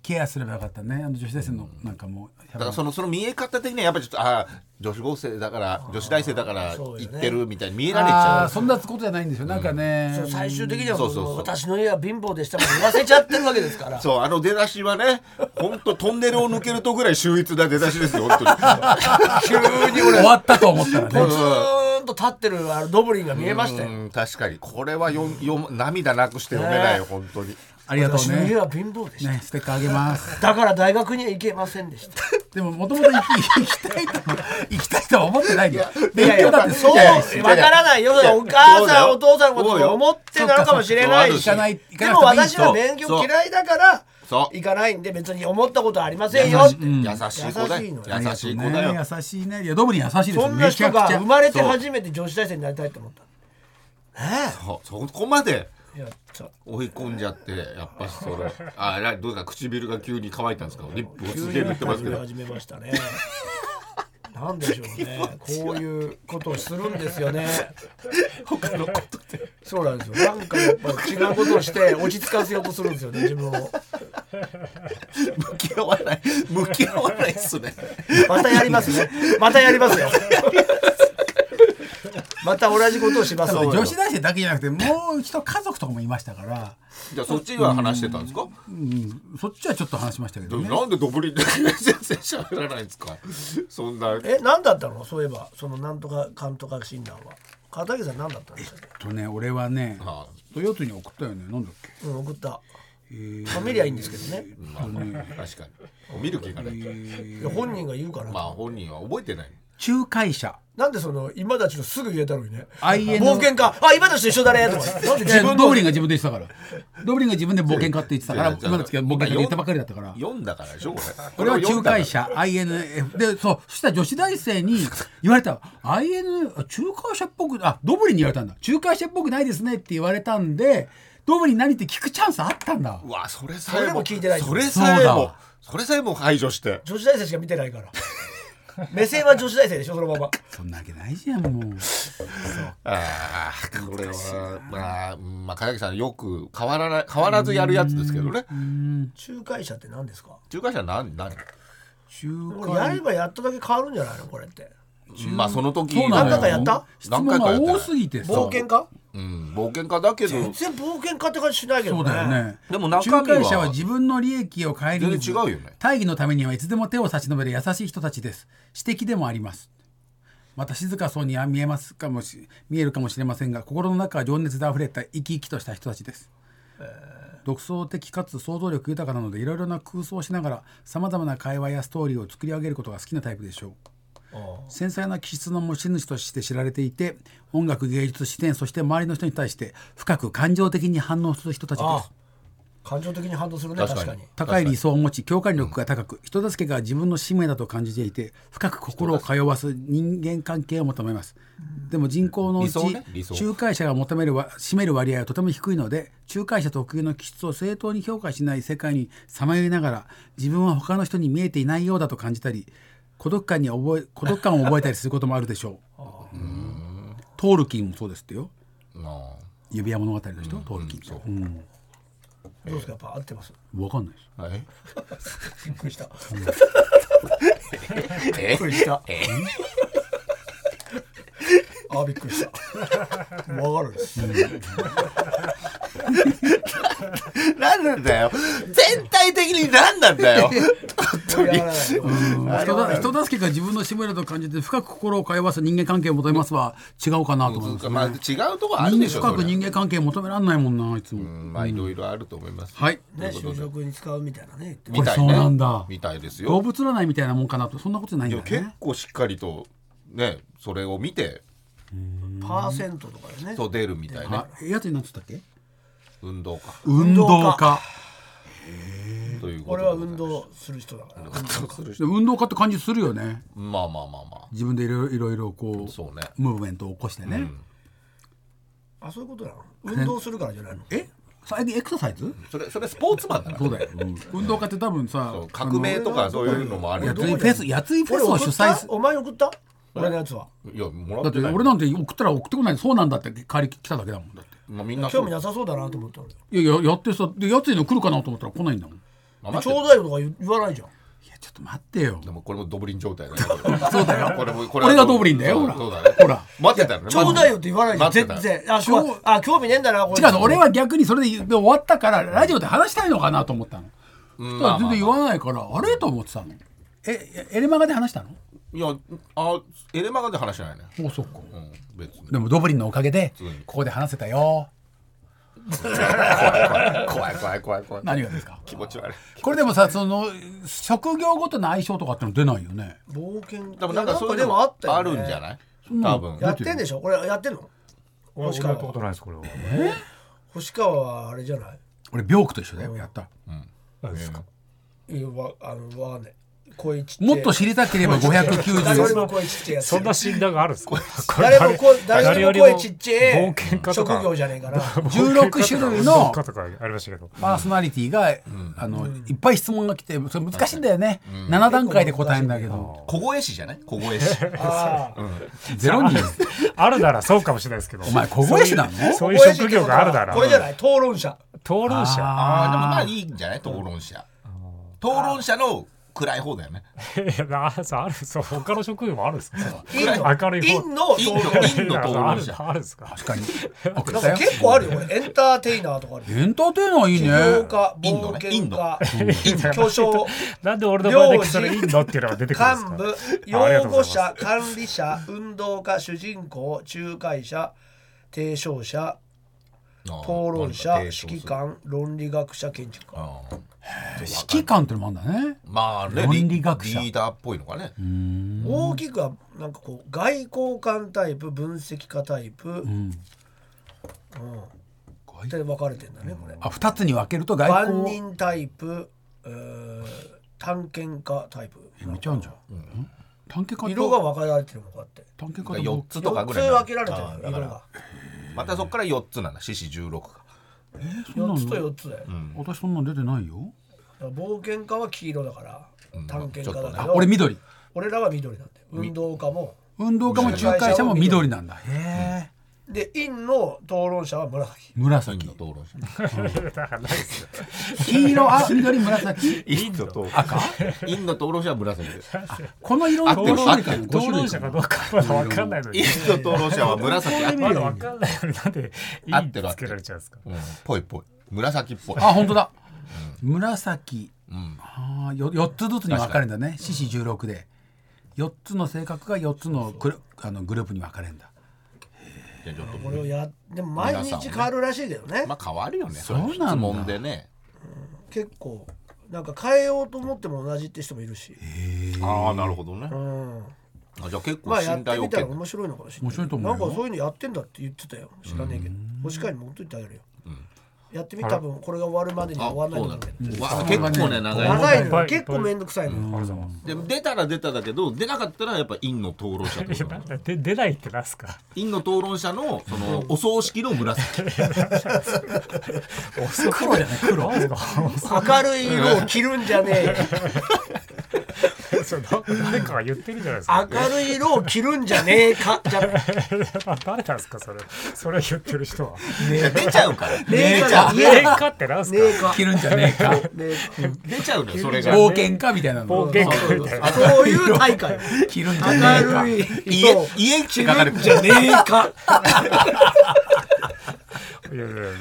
[SPEAKER 4] ケアすればよかったねあの女子大生のなんかも
[SPEAKER 2] だからそのその見え方的にはやっぱちょっとああ女子高生だから女子大生だから
[SPEAKER 3] そう
[SPEAKER 2] 行
[SPEAKER 3] よね
[SPEAKER 2] ってるみたいに見えられち
[SPEAKER 4] あ
[SPEAKER 2] ゃ
[SPEAKER 4] あ
[SPEAKER 2] う
[SPEAKER 4] そんなことじゃないんですよなんかね
[SPEAKER 3] そう最終的には
[SPEAKER 2] そうそうそう
[SPEAKER 3] 私の家は貧乏でしたもん言わせちゃってるわけですから
[SPEAKER 2] そうあの出だしはね本当トンネルを抜けるとぐらい秀逸な出だしですよ本当に急に
[SPEAKER 4] 終
[SPEAKER 2] 俺
[SPEAKER 4] わったと思ったら
[SPEAKER 3] ポ
[SPEAKER 4] ね
[SPEAKER 3] ツーンと立ってるあのドブリンが見えましたよ
[SPEAKER 2] うん確かにこれはよよ涙なくして読めないよ本当に
[SPEAKER 4] ありがとう
[SPEAKER 3] 私の家
[SPEAKER 4] ね
[SPEAKER 3] は貧乏でした
[SPEAKER 4] ねステッカーあげます
[SPEAKER 3] だから大学には行けませんでした
[SPEAKER 4] でももともと行き行きたいと行きたいとは思ってないんだよ勉強だって
[SPEAKER 3] そう
[SPEAKER 4] 好きじゃな
[SPEAKER 2] い
[SPEAKER 4] い
[SPEAKER 2] や
[SPEAKER 3] わからないよ
[SPEAKER 2] いや
[SPEAKER 3] お母
[SPEAKER 2] そう
[SPEAKER 3] さ
[SPEAKER 2] だ
[SPEAKER 3] ん
[SPEAKER 2] よ
[SPEAKER 3] お父さんのこと
[SPEAKER 2] そうよ
[SPEAKER 3] を思ってなのかもしれない
[SPEAKER 2] そう
[SPEAKER 3] し
[SPEAKER 2] そうあるし行か
[SPEAKER 4] ない行か
[SPEAKER 3] で
[SPEAKER 4] な
[SPEAKER 3] も
[SPEAKER 4] くてもいい
[SPEAKER 3] 私は勉強嫌いだから
[SPEAKER 2] そう
[SPEAKER 3] 行かないんで別に思ったことはありませんよって
[SPEAKER 2] 優しい子だ
[SPEAKER 3] 優しい
[SPEAKER 2] よ
[SPEAKER 3] の
[SPEAKER 2] 優しい子だよ
[SPEAKER 4] ね優しいねいやドブリン優しいです
[SPEAKER 3] そ
[SPEAKER 4] よ
[SPEAKER 3] んな
[SPEAKER 4] めち
[SPEAKER 3] 人
[SPEAKER 4] ゃくち
[SPEAKER 3] が
[SPEAKER 4] ゃ
[SPEAKER 3] 生まれて初めて女子大生になりたいと思った
[SPEAKER 2] そうそこまで
[SPEAKER 3] いやちょ
[SPEAKER 2] 追い込んじゃってやっぱそ れあらどうか唇が急に乾いたんですかリップを続けるってますけ ど
[SPEAKER 3] 始めましたね。なんでしょうね。こういうことをするんですよね。他のことで。そうなんですよ。なんかやっぱ違うことをして落ち着かせようとするんですよね。自分を。
[SPEAKER 2] 向き合わない向き合わないっすね
[SPEAKER 3] またやりますね。またやりますよ。また同じことをします。
[SPEAKER 4] 女子大生だけじゃなくてもう一家族とかもいましたから
[SPEAKER 2] じゃあそっちは話してたんですか、
[SPEAKER 4] そっちはちょっと話しましたけどね
[SPEAKER 2] なんでドブリンだけ全然喋らないんですかそんな
[SPEAKER 3] え、なんだったの？そういえばそのなんとかかんとか診断は。片桐さんなんだったんですか。
[SPEAKER 4] とね俺はね
[SPEAKER 2] あ
[SPEAKER 4] 豊洲に送ったよねなんだっけ
[SPEAKER 3] うん送った。ファミリアいいんですけどね。
[SPEAKER 2] まあ、確かに見る気がない、
[SPEAKER 3] いや本人が言うから。
[SPEAKER 2] まあ本人は覚えてない
[SPEAKER 4] 仲介者
[SPEAKER 3] なんでその今たちとすぐ言えたのにね。
[SPEAKER 4] IN
[SPEAKER 3] 冒険家、あ、今たちと一緒だねとか。なんで
[SPEAKER 4] い
[SPEAKER 3] 自
[SPEAKER 4] や
[SPEAKER 3] 分
[SPEAKER 4] ド
[SPEAKER 3] の
[SPEAKER 4] ブリンが自分で言ってたからドブリンが自分で冒険家って言ってたから
[SPEAKER 2] 違う違う
[SPEAKER 4] 今の時は冒険家って言ったばっかりだったから
[SPEAKER 2] 読んだからでしょこれ
[SPEAKER 4] これは仲介
[SPEAKER 2] 者
[SPEAKER 4] 者 INF でそうそしたら女子大生に言われた IN あ仲介者っぽくあドブリンに言われたんだ仲介者っぽくないですねって言われたんでドブリン何って聞くチャンスあったんだ
[SPEAKER 2] うわそれさえ
[SPEAKER 3] それで
[SPEAKER 2] も
[SPEAKER 3] も聞いてない
[SPEAKER 2] それさえ
[SPEAKER 4] そう
[SPEAKER 2] も
[SPEAKER 4] だ
[SPEAKER 2] それさえも排除して
[SPEAKER 3] 女子大生しか見てないから。目線は女子大生でしょそのまま。
[SPEAKER 4] そんなわけないじゃんもう
[SPEAKER 2] ああこれはまあ、まあ、片桐さんよく変わらない変わらずやるやつですけどね
[SPEAKER 3] 仲介者って何ですか。
[SPEAKER 2] 仲介者は何何
[SPEAKER 3] こ
[SPEAKER 4] 仲
[SPEAKER 3] れやればやっただけ変わるんじゃないのこれって。
[SPEAKER 2] まあその時
[SPEAKER 4] そうなの
[SPEAKER 3] 何
[SPEAKER 4] よ
[SPEAKER 3] 回かやった
[SPEAKER 4] 質問が多す
[SPEAKER 2] ぎ
[SPEAKER 4] ぎてさ
[SPEAKER 3] 冒険家？
[SPEAKER 2] うん冒険家だけど
[SPEAKER 3] 全然冒険家って感じしないけど
[SPEAKER 4] そ
[SPEAKER 3] ね。
[SPEAKER 4] うだよね。
[SPEAKER 2] でも中身は
[SPEAKER 4] 仲介者は自分の利益を顧みず
[SPEAKER 2] 全然違うよね
[SPEAKER 4] 大義のためにはいつでも手を差し伸べる優しい人たちです。私的でもあります。また静かそうには見えますかもし見えるかもしれませんが、心の中は情熱で溢れた生き生きとした人たちです。独創的かつ想像力豊かなのでいろいろな空想をしながらさまざまな会話やストーリーを作り上げることが好きなタイプでしょう繊細な気質の持ち主として知られていて音楽芸術視点そして周りの人に対して深く感情的に反応する人たちで
[SPEAKER 3] あ
[SPEAKER 4] す、
[SPEAKER 3] 感情的に反応するね確かに。
[SPEAKER 2] 確かに
[SPEAKER 4] 高い理想を持ち共感力が高く、人助けが自分の使命だと感じていて深く心を通わす人間関係を求めますでも人口のう
[SPEAKER 2] 理
[SPEAKER 4] ち、
[SPEAKER 2] 想ね理想
[SPEAKER 4] 仲介者が求めるわ占める割合はとても低いので仲介者特有の気質を正当に評価しない世界にさまよいながら自分は他の人に見えていないようだと感じたり孤独感に覚え孤独感を覚えたりする こともあるでしょうトールキンもそうですってよ
[SPEAKER 2] あ
[SPEAKER 4] 指輪物語の人、トールキンって、うん
[SPEAKER 3] どうですかやっぱ合ってます。
[SPEAKER 4] 分かんないです
[SPEAKER 2] あえ
[SPEAKER 3] びっくりした。
[SPEAKER 2] え
[SPEAKER 3] びっくりした。あびっくりした。わかるです。
[SPEAKER 2] 何なんだよ全体的に何なんだよ
[SPEAKER 3] 盛り上がらないよ
[SPEAKER 4] 人だ人助けが自分の使命だと感じて深く心を通わす人間関係を求めますは違うかなと思います、
[SPEAKER 2] まあ違うとこあるでしょ
[SPEAKER 4] 深
[SPEAKER 2] そ
[SPEAKER 4] く
[SPEAKER 2] りゃ
[SPEAKER 4] 人間関係求めらんないもんないつも、
[SPEAKER 2] うんまあいろいろあると思います
[SPEAKER 4] はい
[SPEAKER 3] ね、就職に使うみたいなね。
[SPEAKER 2] みたい
[SPEAKER 4] これそうな
[SPEAKER 2] ね
[SPEAKER 4] んだ
[SPEAKER 2] みたいです
[SPEAKER 4] 動
[SPEAKER 2] よ
[SPEAKER 4] 物占いみたいなもんかなとそんなことじゃないん
[SPEAKER 2] い
[SPEAKER 4] だ
[SPEAKER 2] や
[SPEAKER 4] よ
[SPEAKER 2] 結
[SPEAKER 4] ね
[SPEAKER 2] 構しっかりとねそれを見て
[SPEAKER 3] パーセントとかでね。
[SPEAKER 2] そう出るみたい
[SPEAKER 4] あ
[SPEAKER 2] な
[SPEAKER 4] やつになってたっけ
[SPEAKER 2] 運動家
[SPEAKER 4] 運動
[SPEAKER 3] 動
[SPEAKER 4] 家
[SPEAKER 2] ということ
[SPEAKER 3] 俺
[SPEAKER 2] で
[SPEAKER 3] は運動する人だから。
[SPEAKER 4] 運動家って感じするよね
[SPEAKER 2] まあまあまあま
[SPEAKER 4] 自分でいろいろいろいろこ
[SPEAKER 2] あ
[SPEAKER 4] う
[SPEAKER 2] そうね
[SPEAKER 4] ムーブメントを起こしてね、
[SPEAKER 3] あ、そういうことなの運動するからじゃないの
[SPEAKER 4] え最近エクササイズ
[SPEAKER 2] それそれスポーツマンだな
[SPEAKER 4] そうだよ、運動家って多分さ
[SPEAKER 2] そう革命とかそういうのもある
[SPEAKER 4] や
[SPEAKER 2] よ
[SPEAKER 4] ついフェスやついフェスを主催す
[SPEAKER 3] お前送った俺のやつはい
[SPEAKER 2] やもら
[SPEAKER 4] だ
[SPEAKER 2] っ
[SPEAKER 4] って
[SPEAKER 2] てない
[SPEAKER 4] 俺なんて送ったら送ってこないそうなんだって帰り来ただけだもんだって
[SPEAKER 2] まあみんなそ
[SPEAKER 3] 興
[SPEAKER 2] う
[SPEAKER 3] 味なさそうだなと思ったんだよ
[SPEAKER 4] いやいややってさでやついの来るかなと思ったら来ないんだもんい
[SPEAKER 2] まあ待
[SPEAKER 3] ち
[SPEAKER 2] って
[SPEAKER 3] ょうだいよとか言わないじゃん
[SPEAKER 4] やちょっと待ってよ
[SPEAKER 2] でもこれもドブリン状態だね
[SPEAKER 4] そうだよ
[SPEAKER 2] これもこれは
[SPEAKER 4] 俺がドブリンだよ
[SPEAKER 2] そ
[SPEAKER 4] ほ
[SPEAKER 2] う
[SPEAKER 4] ら
[SPEAKER 2] そうだね
[SPEAKER 4] ほら
[SPEAKER 2] 待ってたよね
[SPEAKER 3] ちょうだいよって言わないじゃん
[SPEAKER 2] 待って
[SPEAKER 3] 全
[SPEAKER 2] た
[SPEAKER 3] 然あしょうあ興味ねえんだなこれ
[SPEAKER 4] 違うの俺は逆にそれでで終わったからラジオで話したいのかなと思ったの、そしたら全然言わないから、あれと思ってたのえエレマガで話したの
[SPEAKER 2] いやあエレマガで話しないね
[SPEAKER 4] おそっか
[SPEAKER 2] うん別 に
[SPEAKER 4] でもドブリンのおかげで
[SPEAKER 2] うん
[SPEAKER 4] ここで話せたよ
[SPEAKER 2] 怖い怖い怖い怖い
[SPEAKER 4] 何がですか
[SPEAKER 2] 気持ち悪い
[SPEAKER 4] これでもさその職業ごとの相性とかっての出ないよね
[SPEAKER 3] 冒険
[SPEAKER 2] 多分なんかそういう
[SPEAKER 3] で
[SPEAKER 2] の
[SPEAKER 3] もあったよ、ね、
[SPEAKER 2] あるんじゃない多分
[SPEAKER 3] やってんでしょこれやってんの
[SPEAKER 6] 俺
[SPEAKER 3] 星
[SPEAKER 6] や
[SPEAKER 3] 川
[SPEAKER 6] ったことないですこれは。
[SPEAKER 3] 星川はあれじゃない
[SPEAKER 4] 俺ビョークと一緒だよやった
[SPEAKER 6] 何ですか。
[SPEAKER 3] いやわあのわかんない声ちっちゃい
[SPEAKER 4] もっと知りたければ
[SPEAKER 3] 誰よりも
[SPEAKER 4] 590
[SPEAKER 3] 声ちっちゃいやつ
[SPEAKER 6] そんな診断があるんですか。これ
[SPEAKER 3] 誰もこ誰よりも声ちっちゃ
[SPEAKER 6] 冒険家
[SPEAKER 3] い
[SPEAKER 6] と
[SPEAKER 3] 職
[SPEAKER 6] か
[SPEAKER 3] 業じゃねえかな
[SPEAKER 4] 16種類の
[SPEAKER 6] 冒険家とかありましたけど。
[SPEAKER 4] パーソナリティが、あのいっぱい質問が来てそれ難しいんだよね、7段階で答えんだけど
[SPEAKER 2] 小声師じゃない小声師
[SPEAKER 3] ああ
[SPEAKER 4] ゼロ人
[SPEAKER 6] あるならそうかもしれないですけど。
[SPEAKER 4] お前小声師なの
[SPEAKER 6] そういう職業があるなら。
[SPEAKER 3] これじゃない討論者
[SPEAKER 6] 討論者。
[SPEAKER 2] ああでもまあいいんじゃない討論者討論者の暗い方だよね
[SPEAKER 6] いやなそうあるそう他の職業もあるんですか。
[SPEAKER 3] インの
[SPEAKER 6] 明るい
[SPEAKER 3] イ
[SPEAKER 6] 方
[SPEAKER 3] ンの
[SPEAKER 2] イン
[SPEAKER 3] 討
[SPEAKER 2] の
[SPEAKER 3] 論
[SPEAKER 2] インの討論
[SPEAKER 6] あ
[SPEAKER 2] 者
[SPEAKER 6] るあるんですか。
[SPEAKER 4] 確かに送っ
[SPEAKER 3] なん
[SPEAKER 4] た
[SPEAKER 3] か
[SPEAKER 4] よ
[SPEAKER 3] 結構あるよこれエンターテイナーとかある
[SPEAKER 4] エンターテイナーいい
[SPEAKER 3] 起業
[SPEAKER 4] ね
[SPEAKER 3] 家
[SPEAKER 2] インド
[SPEAKER 3] 冒
[SPEAKER 2] ね
[SPEAKER 3] 険
[SPEAKER 2] インド
[SPEAKER 3] 家巨匠
[SPEAKER 6] なんで俺の場合だけそれインのっていうのが出てくる
[SPEAKER 3] 幹
[SPEAKER 6] んで
[SPEAKER 3] 部
[SPEAKER 6] すか。ありが
[SPEAKER 3] 擁
[SPEAKER 6] とうご
[SPEAKER 3] 護
[SPEAKER 6] ざいま
[SPEAKER 3] 者管理者運動家主人公仲介者提唱者討論者指揮官論理学者建築家
[SPEAKER 2] うん
[SPEAKER 4] 指揮官ってのもあるんだね
[SPEAKER 2] まあね
[SPEAKER 4] 論理
[SPEAKER 2] リ
[SPEAKER 4] 学者
[SPEAKER 2] リーダーっぽいのかね
[SPEAKER 3] 大きくはなんかこう外交官タイプ分析家タイプ、うんって分かれてんだねこれ
[SPEAKER 4] あ2つに分けると外
[SPEAKER 3] 万
[SPEAKER 4] 交
[SPEAKER 3] 人タイプ、えー探検家タイプ
[SPEAKER 4] めっちゃあるじゃん、うん、探検家
[SPEAKER 3] 色が分かられてるのかって
[SPEAKER 4] 探検家
[SPEAKER 2] 4つとか
[SPEAKER 3] 4
[SPEAKER 2] ぐ
[SPEAKER 3] つ
[SPEAKER 2] らい
[SPEAKER 3] 分けられてる
[SPEAKER 2] あー
[SPEAKER 3] 色
[SPEAKER 2] だから
[SPEAKER 3] が
[SPEAKER 2] またそこから4つなんだ四四十六か
[SPEAKER 3] 4つと4つだよ、
[SPEAKER 4] 私そんなん出てないよ
[SPEAKER 3] 冒険家は黄色だから探検家だけ
[SPEAKER 2] ちょっ
[SPEAKER 3] ど、
[SPEAKER 2] と
[SPEAKER 4] 俺緑
[SPEAKER 3] 俺らは緑なんだよ運動家も
[SPEAKER 4] 運動家も仲介者も緑なんだへえ
[SPEAKER 3] で陰の討論者は紫
[SPEAKER 2] イン
[SPEAKER 4] 紫
[SPEAKER 2] の討論者
[SPEAKER 6] す。だからないですよ。
[SPEAKER 4] 黄色あ緑紫
[SPEAKER 2] インの討論赤インの討論者は紫です
[SPEAKER 4] この色の5種類かな5
[SPEAKER 6] 討
[SPEAKER 4] 種
[SPEAKER 6] 論
[SPEAKER 4] 類
[SPEAKER 6] 者
[SPEAKER 4] か
[SPEAKER 6] か
[SPEAKER 4] な
[SPEAKER 6] どうかまだ分かんないの
[SPEAKER 2] イ
[SPEAKER 6] に
[SPEAKER 2] ン。の討論者は紫あ
[SPEAKER 6] まだ分かんないのになんでイ
[SPEAKER 2] 合
[SPEAKER 6] ン
[SPEAKER 2] っ
[SPEAKER 6] って
[SPEAKER 2] る合って
[SPEAKER 6] つ
[SPEAKER 2] る
[SPEAKER 6] けられちゃうんですか。
[SPEAKER 2] うんぽいぽい紫っぽい
[SPEAKER 4] あ本当だ紫あーよ4つずつに分かれるんだね四四十六で4つの性格が4つのグルあのグループに分かれるんだ
[SPEAKER 2] じゃあちょっと
[SPEAKER 3] これをやでも毎
[SPEAKER 2] 皆さんを
[SPEAKER 3] 日
[SPEAKER 2] ね
[SPEAKER 3] 変わるらしいけどね
[SPEAKER 2] まあ変わるよね
[SPEAKER 4] そうなんだ
[SPEAKER 2] れ質問でね
[SPEAKER 3] 結構なんか変えようと思っても同じって人もいるし、
[SPEAKER 2] ああなるほどね
[SPEAKER 3] うん、
[SPEAKER 2] あじゃあ結構
[SPEAKER 3] まあやっ
[SPEAKER 2] 信
[SPEAKER 3] て
[SPEAKER 2] 頼を
[SPEAKER 3] み
[SPEAKER 2] 受
[SPEAKER 3] た
[SPEAKER 2] け
[SPEAKER 3] ら
[SPEAKER 2] る
[SPEAKER 3] 面白いのかもしれない
[SPEAKER 4] 面白いと思うよ
[SPEAKER 3] なんかそういうのやってんだって言ってたよ知らねえけど星川にも持っといてあげるよ、やってみ
[SPEAKER 6] あ
[SPEAKER 3] 多
[SPEAKER 6] ら
[SPEAKER 3] 分これが終わるまでには
[SPEAKER 2] あ
[SPEAKER 3] 終わらない
[SPEAKER 2] そ
[SPEAKER 3] と
[SPEAKER 2] う
[SPEAKER 3] 思
[SPEAKER 2] な
[SPEAKER 3] うんけ
[SPEAKER 2] だわ
[SPEAKER 3] ど
[SPEAKER 2] 結構ね長い
[SPEAKER 6] うん
[SPEAKER 2] の
[SPEAKER 3] 長い
[SPEAKER 6] は
[SPEAKER 3] の
[SPEAKER 6] い
[SPEAKER 3] 結構めんどくさいの、
[SPEAKER 6] ありがとうございます。
[SPEAKER 2] でも出たら出ただけど出なかったらやっぱ陰の討論者ってこと
[SPEAKER 6] え
[SPEAKER 2] な
[SPEAKER 6] な
[SPEAKER 2] の
[SPEAKER 6] んだで出ないってなんすか。
[SPEAKER 2] 陰の討論者のそのお葬式の紫
[SPEAKER 4] 黒じゃない黒
[SPEAKER 6] なんすか。
[SPEAKER 3] 明るい色を着るんじゃね えよ
[SPEAKER 6] それな誰かが言ってるじゃないですか。
[SPEAKER 3] 明るい色を着るんじゃねえかじゃね
[SPEAKER 6] 誰なんですかそれ。それを言ってる人は。
[SPEAKER 2] いや出ちゃうから
[SPEAKER 3] え
[SPEAKER 4] ねえか
[SPEAKER 3] か
[SPEAKER 6] 霊かってなんす
[SPEAKER 3] ねえ
[SPEAKER 6] か。
[SPEAKER 3] か
[SPEAKER 4] 着るんじゃねえか
[SPEAKER 2] 出ちゃうのよそれが
[SPEAKER 4] 冒険家みたいな
[SPEAKER 6] 冒
[SPEAKER 4] の
[SPEAKER 6] 険家みたいな。
[SPEAKER 3] そういう大会
[SPEAKER 4] 着るんじゃ
[SPEAKER 3] 明
[SPEAKER 4] ね
[SPEAKER 3] るい
[SPEAKER 2] 家
[SPEAKER 3] 色を
[SPEAKER 2] 家って書かれて
[SPEAKER 3] じゃねえか
[SPEAKER 6] いやいやいやない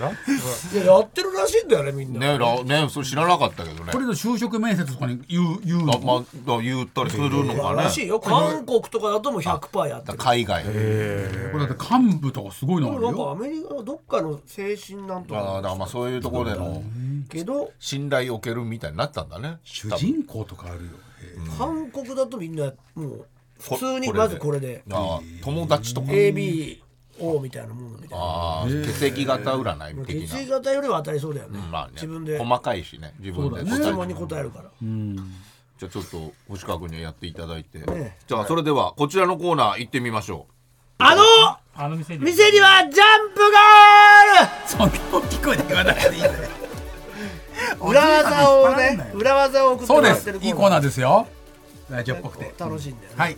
[SPEAKER 3] ややってるらしいんだよねみんな、
[SPEAKER 2] ねえらねえそれ知らなかったけどね
[SPEAKER 4] えこれの就職面接とかに言う言う
[SPEAKER 2] あ
[SPEAKER 4] の
[SPEAKER 2] まあだ言ったりするのからね
[SPEAKER 3] しいよ韓国とかだともう100%やって
[SPEAKER 2] だ
[SPEAKER 3] る
[SPEAKER 2] 海外
[SPEAKER 4] これだって幹部とかすごいのある
[SPEAKER 3] なんか
[SPEAKER 4] よ
[SPEAKER 3] アメリカのどっかの精神なんと
[SPEAKER 2] あーだ
[SPEAKER 3] か
[SPEAKER 2] からまあそういうところでの
[SPEAKER 3] けど
[SPEAKER 2] 信頼を受けるみたいになったんだね
[SPEAKER 4] 主人公とかあるよ
[SPEAKER 3] 韓国だとみんなもう
[SPEAKER 2] こ
[SPEAKER 3] 普通にまずこれで
[SPEAKER 2] あー友達とか
[SPEAKER 3] ABO みたいなものみたいな
[SPEAKER 2] あー血液型占い
[SPEAKER 3] 血
[SPEAKER 2] 的な
[SPEAKER 3] 液型よりは当たりそうだよね,、
[SPEAKER 2] うんまあね
[SPEAKER 3] 自分で
[SPEAKER 2] 細かいしね自分で答え
[SPEAKER 3] 質
[SPEAKER 2] て
[SPEAKER 3] 問に答えるから、
[SPEAKER 2] じゃあちょっと星川君にはやっていただいて、
[SPEAKER 3] ええ
[SPEAKER 2] じゃあそれではこちらのコーナー行ってみましょう
[SPEAKER 3] あの
[SPEAKER 6] あの店に
[SPEAKER 3] 店にはジャンプがある
[SPEAKER 4] そんな大きい声で言わないでいいのよ
[SPEAKER 3] 裏技を
[SPEAKER 4] おじいさんが引っ張られん
[SPEAKER 3] ね
[SPEAKER 4] なよ
[SPEAKER 3] 裏技を送って
[SPEAKER 4] そ
[SPEAKER 3] も
[SPEAKER 4] うで
[SPEAKER 3] らって
[SPEAKER 4] す
[SPEAKER 3] る
[SPEAKER 4] いいコーナー
[SPEAKER 3] で
[SPEAKER 4] ですよラジオっぽくて
[SPEAKER 3] 楽しいんだよね
[SPEAKER 4] はい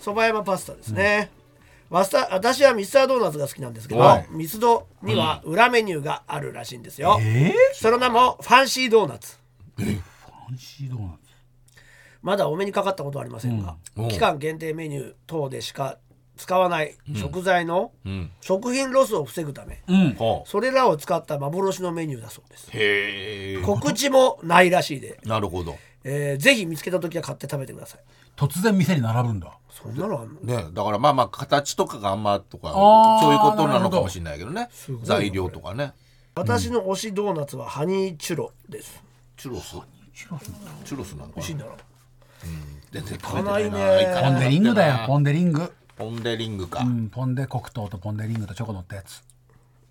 [SPEAKER 3] そば山パスタですね、わさ私はミスタードーナツが好きなんですけど
[SPEAKER 2] はい
[SPEAKER 3] ミスドには裏メニューがあるらしいんですよ、
[SPEAKER 4] え
[SPEAKER 3] その名もファンシードーナツ
[SPEAKER 4] ー、シードーナ
[SPEAKER 3] まだお目にかかったことはありませんが、
[SPEAKER 2] うん
[SPEAKER 3] 期間限定メニュー等でしか使わない食材の
[SPEAKER 2] うん
[SPEAKER 3] 食品ロスを防ぐため、
[SPEAKER 2] ほう
[SPEAKER 3] それらを使った幻のメニューだそうです
[SPEAKER 2] へえ
[SPEAKER 3] 告知もないらしいで、
[SPEAKER 2] なるほど
[SPEAKER 3] えーぜひ見つけた時は買って食べてください
[SPEAKER 4] 突然店に並ぶんだ
[SPEAKER 3] そんなのあんの
[SPEAKER 2] ねだからまあまあ形とかがあんまとか
[SPEAKER 4] あー
[SPEAKER 2] そういうことなのかもしれないけどね材料とかね
[SPEAKER 3] 私の推しドーナツはハニーチュロです
[SPEAKER 2] チュロスチュロスなのか
[SPEAKER 3] 美味しいん
[SPEAKER 2] な
[SPEAKER 3] だろう
[SPEAKER 2] 全然
[SPEAKER 3] かないね
[SPEAKER 4] ポンデリングだよポ
[SPEAKER 2] ン
[SPEAKER 4] ンデリング
[SPEAKER 2] ポンデリングか
[SPEAKER 4] うんポンデ黒糖とポンデリングとチョコのったやつ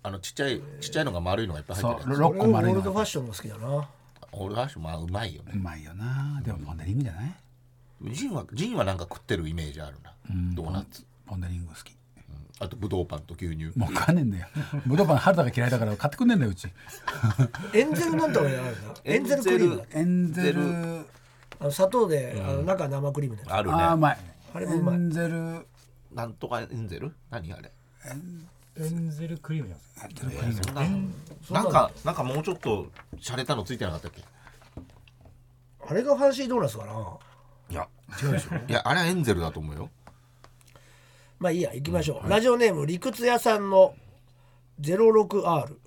[SPEAKER 2] あのちっちゃいちっちゃいのが丸いのがいっぱい
[SPEAKER 4] そ
[SPEAKER 2] 入っ
[SPEAKER 4] う
[SPEAKER 2] てるやつ
[SPEAKER 4] 6個
[SPEAKER 3] 俺は
[SPEAKER 4] 丸
[SPEAKER 3] オ
[SPEAKER 4] い
[SPEAKER 3] ール
[SPEAKER 4] の
[SPEAKER 3] ドファ
[SPEAKER 4] が
[SPEAKER 3] ッションが好きだな
[SPEAKER 2] オールハッシュまあうまいよ
[SPEAKER 4] う
[SPEAKER 2] ね
[SPEAKER 4] まいよなでもポンデリングじゃない
[SPEAKER 2] ジンはジンはなんか食ってるイメージあるなドーナツ
[SPEAKER 4] ポンデリング好き
[SPEAKER 2] あとブドウパンと牛乳
[SPEAKER 4] もう食わねえんだよブドウパン春田が嫌いだから買ってくんねえんだようち
[SPEAKER 3] エンゼルなんて俺やらないなエンゼルクリームだっけ
[SPEAKER 4] エンゼル
[SPEAKER 2] エ
[SPEAKER 3] あの砂糖で、あの中生クリームだよ
[SPEAKER 2] ある
[SPEAKER 4] あーう
[SPEAKER 2] ね
[SPEAKER 4] まい
[SPEAKER 3] あ
[SPEAKER 4] エ
[SPEAKER 3] れもうまい
[SPEAKER 4] ンゼルエ
[SPEAKER 2] なんとかエンゼル何あれ
[SPEAKER 6] エンゼルクリームじゃないですか
[SPEAKER 4] ンゼルクリーム
[SPEAKER 2] そんななんかなんかもうちょっと洒落たのついてなかったっけ
[SPEAKER 3] あれがファンシードーナツかない
[SPEAKER 2] や違うでしょいやあれはエンゼルだと思うよ
[SPEAKER 3] まあいいや行きましょう、ラジオネーム理屈屋さんの 06R、読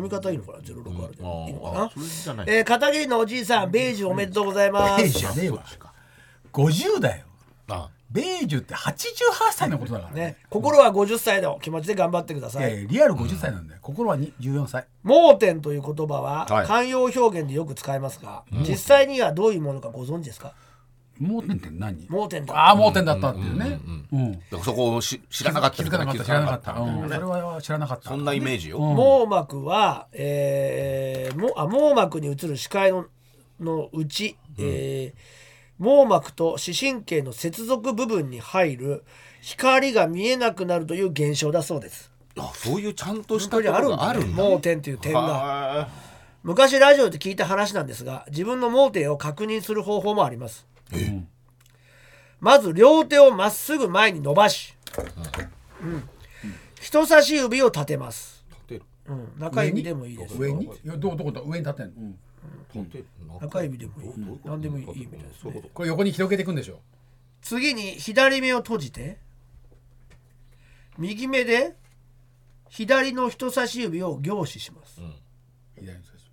[SPEAKER 3] み方いいのかな 06R で、いいのか
[SPEAKER 2] あ
[SPEAKER 3] な
[SPEAKER 2] あそれじゃない
[SPEAKER 3] えー、片桐のおじいさんベージュおめでとうございま
[SPEAKER 4] ベー
[SPEAKER 3] す
[SPEAKER 4] ジュじゃねえ
[SPEAKER 2] そ
[SPEAKER 4] わ
[SPEAKER 2] っちか
[SPEAKER 4] 50だよ
[SPEAKER 2] あ
[SPEAKER 4] ベージュって88歳のことだからね
[SPEAKER 3] ね、心は50歳の気持ちで頑張ってくだ
[SPEAKER 4] い
[SPEAKER 3] さ
[SPEAKER 4] や
[SPEAKER 3] い、
[SPEAKER 4] いやリアル50歳なんだよ、心は14歳
[SPEAKER 3] 盲点という言葉は
[SPEAKER 2] はい
[SPEAKER 3] 慣用表現でよく使いますが、実際にはどういうものかご存知ですか
[SPEAKER 4] 盲点って何
[SPEAKER 3] 盲点だ
[SPEAKER 4] ああ盲点だったっていうねうん
[SPEAKER 2] だからそこをし知らなかった
[SPEAKER 4] 気づかなかった知らなかった
[SPEAKER 2] 気づかな
[SPEAKER 4] う
[SPEAKER 2] か
[SPEAKER 4] ん
[SPEAKER 2] っ
[SPEAKER 4] それは知らなかった
[SPEAKER 2] そんなイメージよ、
[SPEAKER 3] 網膜は、えー、もあ網膜に映る視界ののうち、えー網膜と視神経の接続部分に入る光が見えなくなるという現象だそうです。
[SPEAKER 2] あそういうちゃんとした
[SPEAKER 3] 本当
[SPEAKER 2] こ
[SPEAKER 3] にあるん
[SPEAKER 2] とが
[SPEAKER 3] だ
[SPEAKER 2] あ
[SPEAKER 3] ね
[SPEAKER 2] るんだ
[SPEAKER 3] 盲点という点が
[SPEAKER 2] が
[SPEAKER 3] 昔ラジオで聞いた話なんですが自分の盲点を確認する方法もありますまず両手をまっすぐ前に伸ばし、うん人差し指を立てます、
[SPEAKER 2] 立てる
[SPEAKER 3] うん、中指でもいいです
[SPEAKER 4] 上にいやどうどこだ上に立ってんの、
[SPEAKER 2] 立てる
[SPEAKER 3] 中指でもいい何でもいいみたいですね
[SPEAKER 2] そういうこと
[SPEAKER 4] これ横に広げていくんでしょ
[SPEAKER 3] 次に左目を閉じて右目で左の人差し指を凝視します、
[SPEAKER 4] 左の人差し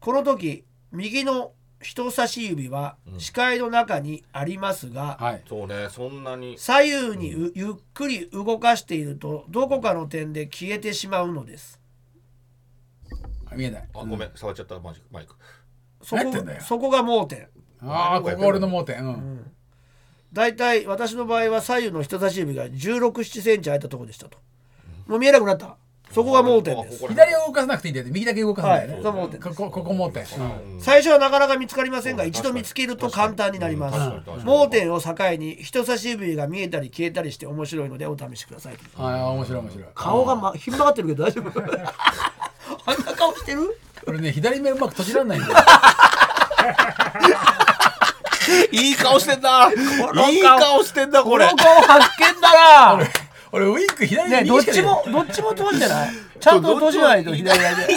[SPEAKER 3] この時右の人差し指は視界の中にありますが、
[SPEAKER 4] はい
[SPEAKER 2] そうねそんなに
[SPEAKER 3] 左右にうゆっくり動かしているとどこかの点で消えてしまうのです
[SPEAKER 4] あ見えない
[SPEAKER 2] あごめん触っちゃったマジマイク
[SPEAKER 3] そ
[SPEAKER 4] 何
[SPEAKER 3] こ
[SPEAKER 4] やってんだよ
[SPEAKER 3] そこが盲点
[SPEAKER 4] ああここ俺の盲点うん
[SPEAKER 3] だいたい私の場合は左右の人差し指が1 6 7センチ空いたところでしたともう見えなくなったそこが盲点です
[SPEAKER 2] あここら
[SPEAKER 4] 左を動かさなくていいんだよ右だけ動かさない
[SPEAKER 3] はい
[SPEAKER 4] ね、
[SPEAKER 3] そう盲点
[SPEAKER 4] ここここ盲点、
[SPEAKER 3] 最初はなかなか見つかりませんが一度見つけると簡単になりま
[SPEAKER 2] うん確かに確か
[SPEAKER 3] す
[SPEAKER 2] に
[SPEAKER 3] 盲点を境に人差し指が見えたり消えたりして面白いのでお試しください
[SPEAKER 4] ああ面白い面白い
[SPEAKER 3] 顔が、ま、ひん曲がってるけど大丈夫 あんな顔してる
[SPEAKER 4] 俺ね左目うまく閉じられないんだよ
[SPEAKER 2] いい顔してんだ
[SPEAKER 3] 顔
[SPEAKER 2] いい顔してんだこ
[SPEAKER 3] こ
[SPEAKER 2] れ
[SPEAKER 3] の顔発見だな
[SPEAKER 4] 俺ウインク左目
[SPEAKER 3] ね、どっちも、どっちも閉じてない。ちゃんと閉じないと左側で。こ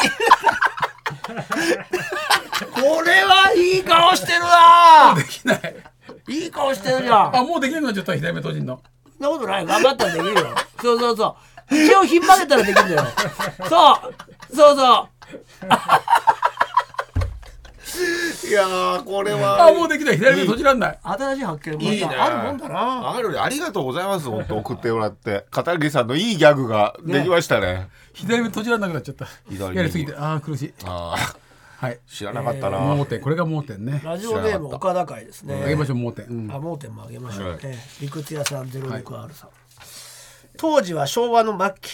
[SPEAKER 3] れはいい顔してるな。できない。いい顔してるじゃん。
[SPEAKER 4] あもうできるのちょっと左目閉じんの
[SPEAKER 3] そんなことない。頑張ったらできるよ。そうそうそう。一応引っ張れたらできるんだよ。そう。そうそう。
[SPEAKER 2] いやーこれは
[SPEAKER 4] あもうできない左目閉じらんない
[SPEAKER 3] 新しい発見。
[SPEAKER 2] いいね
[SPEAKER 3] またあるもんだな。
[SPEAKER 2] あるありがとうございます本当送ってもらって 片桐さんのいいギャグができましたね
[SPEAKER 4] 左目閉じらんなくなっちゃった
[SPEAKER 2] 左目
[SPEAKER 4] やりすぎてああ苦しい
[SPEAKER 2] ああ
[SPEAKER 4] はい
[SPEAKER 2] 知らなかったな、
[SPEAKER 4] 盲点これが盲点ね
[SPEAKER 3] ラジオネーム岡田会です
[SPEAKER 4] あ
[SPEAKER 3] ね
[SPEAKER 4] げま。しょう盲点、うん
[SPEAKER 3] あ、盲点もあげましょう
[SPEAKER 2] は
[SPEAKER 3] ね
[SPEAKER 2] い。
[SPEAKER 3] 理屈屋さん06 R さん。当時は昭和の末期。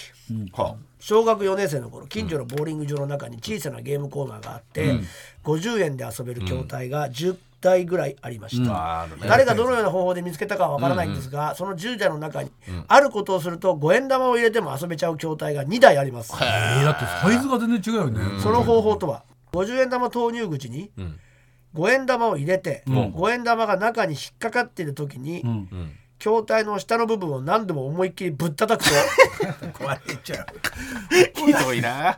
[SPEAKER 2] は
[SPEAKER 3] 小学4年生の頃近所のボーリング場の中に小さなゲームコーナーがあって、50円で遊べる筐体が10体ぐらいありました、
[SPEAKER 2] あー
[SPEAKER 3] 誰がどのような方法で見つけたかはわからないんですが、その10代の中に、あることをすると五円玉を入れても遊べちゃう筐体が2台あります、
[SPEAKER 4] えーだってサイズが全然違うよね。
[SPEAKER 3] その方法とは50円玉投入口に5円玉を入れて、5円玉が中に引っかかっている時に、筐体の下の部分を何度も思いっきりぶったたくと
[SPEAKER 4] 壊れちゃう。
[SPEAKER 2] ひどいな。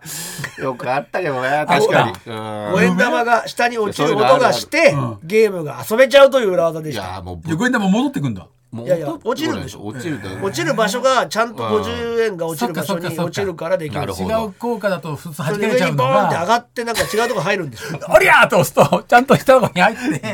[SPEAKER 2] よくあったけどね、確かに。うん
[SPEAKER 3] 5円玉が下に落ちる音がしてゲームが遊べちゃうという裏技で
[SPEAKER 2] い
[SPEAKER 3] し
[SPEAKER 2] や
[SPEAKER 3] た
[SPEAKER 2] ーもうぶ
[SPEAKER 4] 横にでも戻ってくんだ。
[SPEAKER 2] もう
[SPEAKER 3] いやいや
[SPEAKER 2] 音ってこと
[SPEAKER 3] 落ちるんでしょ
[SPEAKER 2] 落ちるんだよね
[SPEAKER 3] 落ちる場所がちゃんと50円が落ちる場所
[SPEAKER 4] そっかそっかそっ
[SPEAKER 3] に
[SPEAKER 4] か
[SPEAKER 3] 落ちるからできる
[SPEAKER 2] なるほ
[SPEAKER 4] 違
[SPEAKER 2] ど
[SPEAKER 4] う効果だと普通
[SPEAKER 3] そ
[SPEAKER 4] 弾
[SPEAKER 3] れ
[SPEAKER 4] け
[SPEAKER 3] で
[SPEAKER 4] れちゃ
[SPEAKER 3] 上
[SPEAKER 4] う
[SPEAKER 3] に
[SPEAKER 4] の
[SPEAKER 3] ボーンって上
[SPEAKER 4] が。
[SPEAKER 3] がってなんか違うとこ入るんですよ
[SPEAKER 4] おりゃーと押すとちゃんと下の方に入って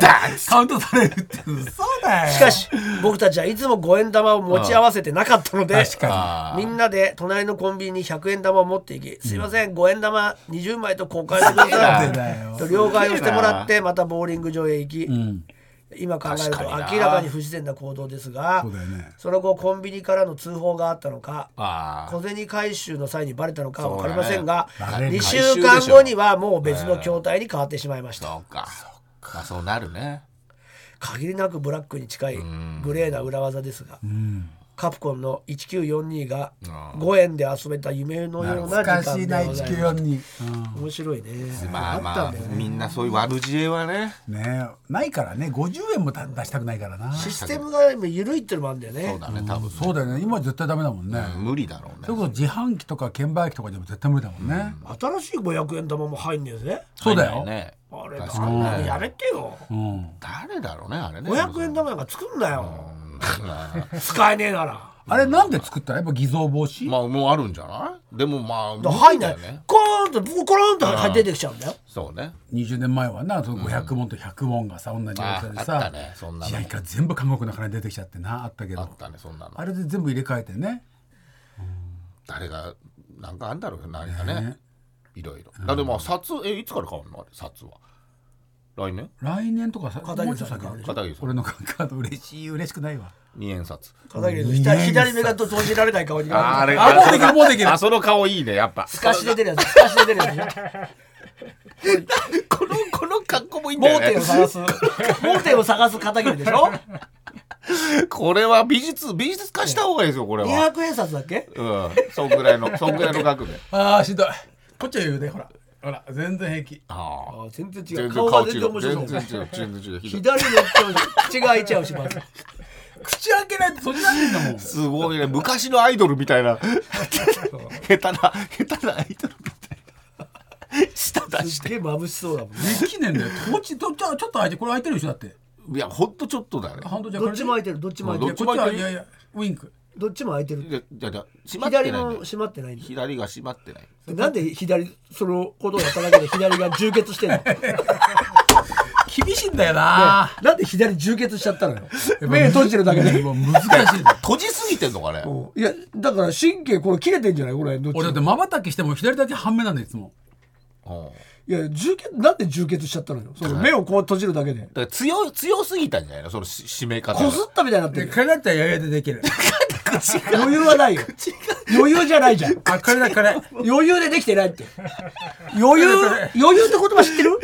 [SPEAKER 4] カウントされるって嘘だよ
[SPEAKER 3] しかし僕たちはいつも5円玉を持ち合わせてなかったので
[SPEAKER 4] 確か
[SPEAKER 3] みんなで隣のコンビニに100円玉を持っていき「すいません5円玉20枚と交換してくだ
[SPEAKER 4] すげえ
[SPEAKER 3] さ」
[SPEAKER 4] ないよ
[SPEAKER 3] と両替をしてもらってまたボーリング場へ行き、今考える
[SPEAKER 2] 確
[SPEAKER 3] と
[SPEAKER 2] かにな
[SPEAKER 3] 明らかに不自然な行動ですが
[SPEAKER 4] そうだよね
[SPEAKER 3] その後コンビニからの通報があったのか
[SPEAKER 2] あー
[SPEAKER 3] 小銭回収の際にバレたのかは分かりませんが、
[SPEAKER 2] そうだね
[SPEAKER 3] 2週間後にはもう別の筐体に変わってしまいました
[SPEAKER 2] そうか。まあそうなるね。
[SPEAKER 3] 限りなくブラックに近いグレーな裏技ですが、カプコンの1942が5円で遊べた夢のような時
[SPEAKER 4] 懐かし
[SPEAKER 3] 間で
[SPEAKER 4] いな
[SPEAKER 3] ございま
[SPEAKER 4] 194
[SPEAKER 3] す
[SPEAKER 4] に、
[SPEAKER 3] 面白いね
[SPEAKER 2] まあ
[SPEAKER 3] ったん
[SPEAKER 2] まあ
[SPEAKER 3] だよね
[SPEAKER 2] みんなそういう悪知恵はね。
[SPEAKER 4] うんねないからね50円もだ出したくないからな
[SPEAKER 3] システムが今緩いってのもあるんだよ
[SPEAKER 2] そ
[SPEAKER 3] ね
[SPEAKER 2] うだね多分。
[SPEAKER 4] そうだよね今絶対ダメだもんね、
[SPEAKER 2] うん無理だろうね
[SPEAKER 4] それ。こそ自販機とか券売機とかでも絶対無理だもんね、
[SPEAKER 3] 新しい500円玉も入んねえぜ
[SPEAKER 4] そうだよ、
[SPEAKER 2] 入んないね。
[SPEAKER 3] あれ
[SPEAKER 2] 確
[SPEAKER 3] そ
[SPEAKER 2] か
[SPEAKER 3] ん
[SPEAKER 2] に
[SPEAKER 3] なの
[SPEAKER 2] ね。
[SPEAKER 3] やめてよ
[SPEAKER 4] うん、
[SPEAKER 2] 誰だろうねあれね。
[SPEAKER 3] 500円玉なんか作んなよ使えねえなら
[SPEAKER 4] あれなんで作ったらやっぱ偽造防止、
[SPEAKER 2] まあもうあるんじゃない？でもまあ
[SPEAKER 3] だから入ん
[SPEAKER 2] 無
[SPEAKER 3] な
[SPEAKER 2] 理
[SPEAKER 3] い
[SPEAKER 2] だよね。
[SPEAKER 3] コーンとボコロンと入って出てきちゃうんだよ
[SPEAKER 2] そうね。
[SPEAKER 4] 20年前はなその500問と100問がさ同じ大きさで
[SPEAKER 2] ああ
[SPEAKER 4] さ
[SPEAKER 2] ったねそんなの
[SPEAKER 4] 試合から全部韓国の中に出てきちゃってなあったけど
[SPEAKER 2] あ
[SPEAKER 4] あ
[SPEAKER 2] ったねそんなの。
[SPEAKER 4] れで全部入れ替えてね
[SPEAKER 2] 誰がなんかあんだろうよ何かねいろいろだってまあ札えいつから変わるのあれ札は来年
[SPEAKER 4] 来年とかさ
[SPEAKER 3] 片桐
[SPEAKER 4] もうちょっ
[SPEAKER 3] さ
[SPEAKER 4] と
[SPEAKER 3] ん
[SPEAKER 4] 先でし
[SPEAKER 2] 片桐さ
[SPEAKER 4] ょ
[SPEAKER 2] ん
[SPEAKER 4] 俺のカード嬉しい嬉しくないわ
[SPEAKER 2] 二円札
[SPEAKER 3] 片桐の左左目がと閉じられない顔に
[SPEAKER 2] ああれ
[SPEAKER 4] あもうできるもうできる
[SPEAKER 2] あその顔いいねやっぱ
[SPEAKER 3] 透かし出てるやつ透かし出てるやつ
[SPEAKER 2] このこの格好もいいんだ
[SPEAKER 3] 盲
[SPEAKER 2] よ
[SPEAKER 3] 点を
[SPEAKER 2] ね
[SPEAKER 3] 探 す盲点を探す片桐でし ょ
[SPEAKER 2] これは美術美術化した方がいいですよこれは
[SPEAKER 3] 200円札だっけ
[SPEAKER 2] うんそんぐらいのそんぐらいの額で
[SPEAKER 4] あーしんどいこっちは余裕でほらほら全然平気
[SPEAKER 2] ああ
[SPEAKER 3] 全然違
[SPEAKER 2] 全
[SPEAKER 3] う
[SPEAKER 2] 然
[SPEAKER 3] 顔が
[SPEAKER 2] 顔
[SPEAKER 3] 全
[SPEAKER 2] 違
[SPEAKER 3] 然
[SPEAKER 2] う
[SPEAKER 3] 面白
[SPEAKER 2] 全
[SPEAKER 3] そ
[SPEAKER 2] 然
[SPEAKER 3] う
[SPEAKER 2] 違う全然違うひどい
[SPEAKER 3] 左目口が開いちゃうします
[SPEAKER 4] 口開けないと閉じられるんだもん
[SPEAKER 2] すごいね昔のアイドルみたいな下手な下手なアイドルみたいな舌出し
[SPEAKER 3] す
[SPEAKER 2] て
[SPEAKER 3] っげえ眩しそうだもん
[SPEAKER 4] できねえんだよこっちとちょちょっと開いてこれ開いてるでしょだって
[SPEAKER 2] いやほんとちょっとだよね
[SPEAKER 4] ハンドじゃ
[SPEAKER 3] どっちも開いて
[SPEAKER 4] る
[SPEAKER 3] るどっちも開い
[SPEAKER 4] こ
[SPEAKER 3] て
[SPEAKER 4] っ
[SPEAKER 3] る
[SPEAKER 4] ちはいやいやウインク
[SPEAKER 3] どっちも開いてる
[SPEAKER 2] じゃじゃじゃ閉まってないん
[SPEAKER 3] 左
[SPEAKER 2] だよ
[SPEAKER 3] も閉まってないんだよ
[SPEAKER 2] 左が閉まってない
[SPEAKER 3] なんで左そのことをやっただけで左が充血 してんの
[SPEAKER 4] 厳しいんだよな
[SPEAKER 3] なんで左充血しちゃったのよ目閉じてるだけ で
[SPEAKER 4] もう難しいね
[SPEAKER 2] 閉じすぎてんのかね
[SPEAKER 3] いやだから神経これ切れてんじゃないこれどっちも
[SPEAKER 4] 俺だってまばたきしても左だけ半目なんだよいつも
[SPEAKER 2] うんだ
[SPEAKER 3] いや充血なんで充血しちゃったのよその目をこう閉じるだけで
[SPEAKER 2] から強い強すぎたんじゃないのそのし締め方
[SPEAKER 3] こ
[SPEAKER 2] が
[SPEAKER 3] すったみたいになって
[SPEAKER 4] で
[SPEAKER 3] る
[SPEAKER 4] これだったら余裕ででき る
[SPEAKER 3] 余裕はないよ余裕じゃないじゃん
[SPEAKER 4] あこれだこれ
[SPEAKER 3] 余裕でできてないって余裕 余裕って言葉知ってる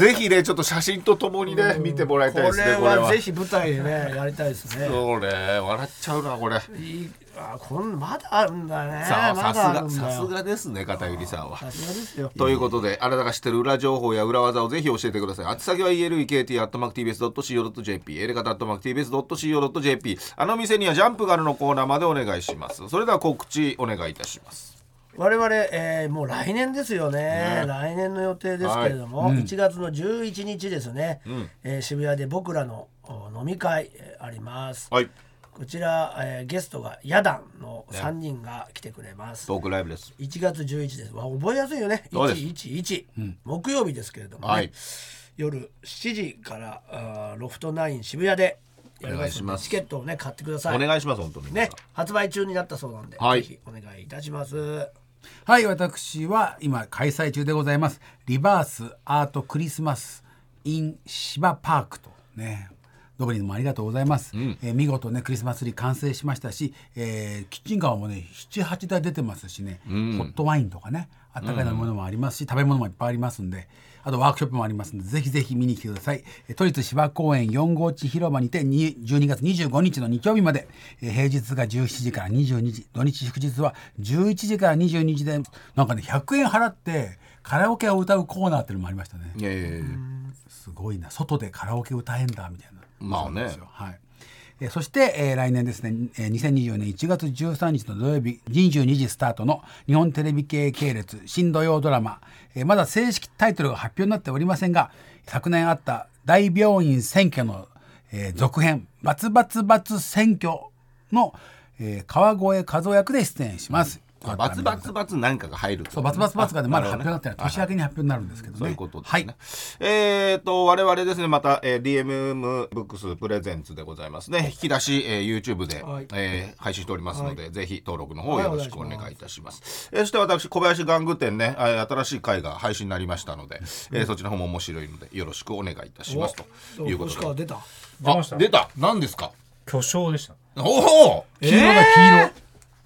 [SPEAKER 2] ぜひねちょっと写真とともにね見てもらいたいですねこれは
[SPEAKER 3] ひ舞台でねやりたいですね
[SPEAKER 2] それ笑っちゃうなこれさ
[SPEAKER 3] いいあこんまだあるんだね
[SPEAKER 2] あ
[SPEAKER 3] ま
[SPEAKER 2] さ
[SPEAKER 3] だあるん
[SPEAKER 2] すが
[SPEAKER 3] だ
[SPEAKER 2] さす
[SPEAKER 3] よ
[SPEAKER 2] がですね片桐さんは
[SPEAKER 3] さすがですよ
[SPEAKER 2] ということで、あなたが知ってる裏情報や裏技をぜひ教えてください。あつ先は elekt.mactvs.co.jp、エレカタ .mactvs.co.jp、あの店にはジャンプがあるのコーナーまでお願いします。それでは告知お願いいたします。
[SPEAKER 3] 我々、えーもう来年ですよね来年の予定ですけれども、1月の11日ですね、えー渋谷で僕らのお飲み会、えーあります、
[SPEAKER 2] はい、
[SPEAKER 3] こちら、えーゲストがヤダンの3人が来てくれます、
[SPEAKER 2] トークライブです。
[SPEAKER 3] 1月11日ですわ覚えやすいよね
[SPEAKER 2] そうです
[SPEAKER 3] 111、木曜日ですけれども、ね
[SPEAKER 2] はい
[SPEAKER 3] 夜7時からあーロフトナイン渋谷でやり
[SPEAKER 2] お願いします
[SPEAKER 3] のでチケットをね買ってくださ
[SPEAKER 2] お
[SPEAKER 3] い
[SPEAKER 2] 願いします、本当に。
[SPEAKER 3] ね発売中になったそうなんで、
[SPEAKER 2] はい
[SPEAKER 3] ぜひお願いいたします
[SPEAKER 4] はい、私は今開催中でございます。リバースアートクリスマス in 芝パークとね。ドブリンもありがとうございます、えー見事ねクリスマスツリー完成しましたし、えーキッチンカーもね78台出てますしね、ホットワインとかねあったかい飲み物もありますし、食べ物もいっぱいありますんであとワークショップもありますんでぜひぜひ見に来てくださいえー都立芝公園4号地広場にてに12月25日の日曜日まで、えー平日が17時から22時土日祝日は11時から22時でなんかね100円払ってカラオケを歌うコーナーっていうのもありましたね
[SPEAKER 2] ええ
[SPEAKER 4] すごいな外でカラオケ歌えんだみたいな
[SPEAKER 2] まあね
[SPEAKER 4] ですよはい。えーそして、えー来年ですね、えー2024年1月13日の土曜日22時スタートの日本テレビ系系列新土曜ドラマ、えーまだ正式タイトルが発表になっておりませんが昨年あった大病院選挙の、えー続編「バツバツバツ選挙の」えー川越和夫役で出演します。
[SPEAKER 2] あバツバツバツなんかが入るってこと
[SPEAKER 4] そう
[SPEAKER 2] ね
[SPEAKER 4] バツバツバツがねまだ発表になってない
[SPEAKER 2] るほどね
[SPEAKER 4] 年明けに発表になるんですけどね。
[SPEAKER 2] そういうことですね。
[SPEAKER 4] はい
[SPEAKER 2] えっ、と、我々ですね、また、えー、DMM ブックスプレゼンツでございますね。引き出し、えー、YouTube で、
[SPEAKER 3] はい
[SPEAKER 2] えー配信しておりますので、ぜひ登録の方
[SPEAKER 3] はい
[SPEAKER 2] よろしくお願
[SPEAKER 3] お願
[SPEAKER 2] いいたします。えーそして私、小林玩具店ね、えー新しい回が配信になりましたので、えーそちらの方も面白いので、よろしくお願いいたしますというこ
[SPEAKER 3] 星
[SPEAKER 2] と
[SPEAKER 3] 川
[SPEAKER 2] で。
[SPEAKER 3] 出た
[SPEAKER 6] 出まし
[SPEAKER 2] あ、
[SPEAKER 6] た
[SPEAKER 2] 出た何ですか
[SPEAKER 6] 巨匠でした
[SPEAKER 2] おお
[SPEAKER 3] 黄色が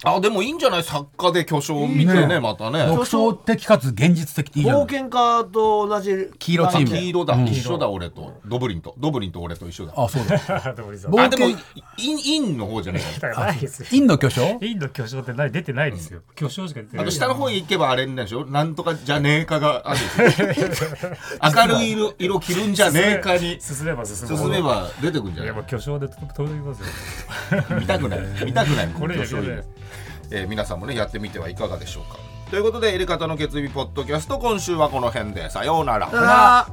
[SPEAKER 2] あ、でもいいんじゃない作家で巨匠見てね、また ね。
[SPEAKER 4] 独創的かつ現実的でいいじゃ
[SPEAKER 3] 冒
[SPEAKER 4] ない
[SPEAKER 3] 険家と同じ
[SPEAKER 4] 黄色チーム
[SPEAKER 2] 黄色だ、一緒だ俺とドブリンとドブリンと俺と一緒だあ
[SPEAKER 4] あそうだ。
[SPEAKER 6] でも
[SPEAKER 4] 冒
[SPEAKER 2] でもイ
[SPEAKER 4] 険
[SPEAKER 2] ンインの方じゃないか
[SPEAKER 6] だからないですよ
[SPEAKER 4] インの巨匠
[SPEAKER 6] インの巨匠って何出てないですよ巨匠しか出て
[SPEAKER 2] あ
[SPEAKER 6] ない
[SPEAKER 2] と下の方へ行けばあれになるでしょなんとかじゃねえかがあるでし ょ明るい色色着るんじゃねえかに
[SPEAKER 6] 進めば進むほど
[SPEAKER 2] 進めば出てくんじ
[SPEAKER 6] い
[SPEAKER 2] ゃ
[SPEAKER 6] や
[SPEAKER 2] な
[SPEAKER 6] も
[SPEAKER 2] いう
[SPEAKER 6] 巨匠で届きますよ
[SPEAKER 2] 見た くない見たくない
[SPEAKER 6] これやけど
[SPEAKER 2] 面白
[SPEAKER 6] ね
[SPEAKER 2] いですえー皆さんもねやってみてはいかがでしょうかということで「エレカタの決意ポッドキャスト」今週はこの辺でさようなら
[SPEAKER 3] あ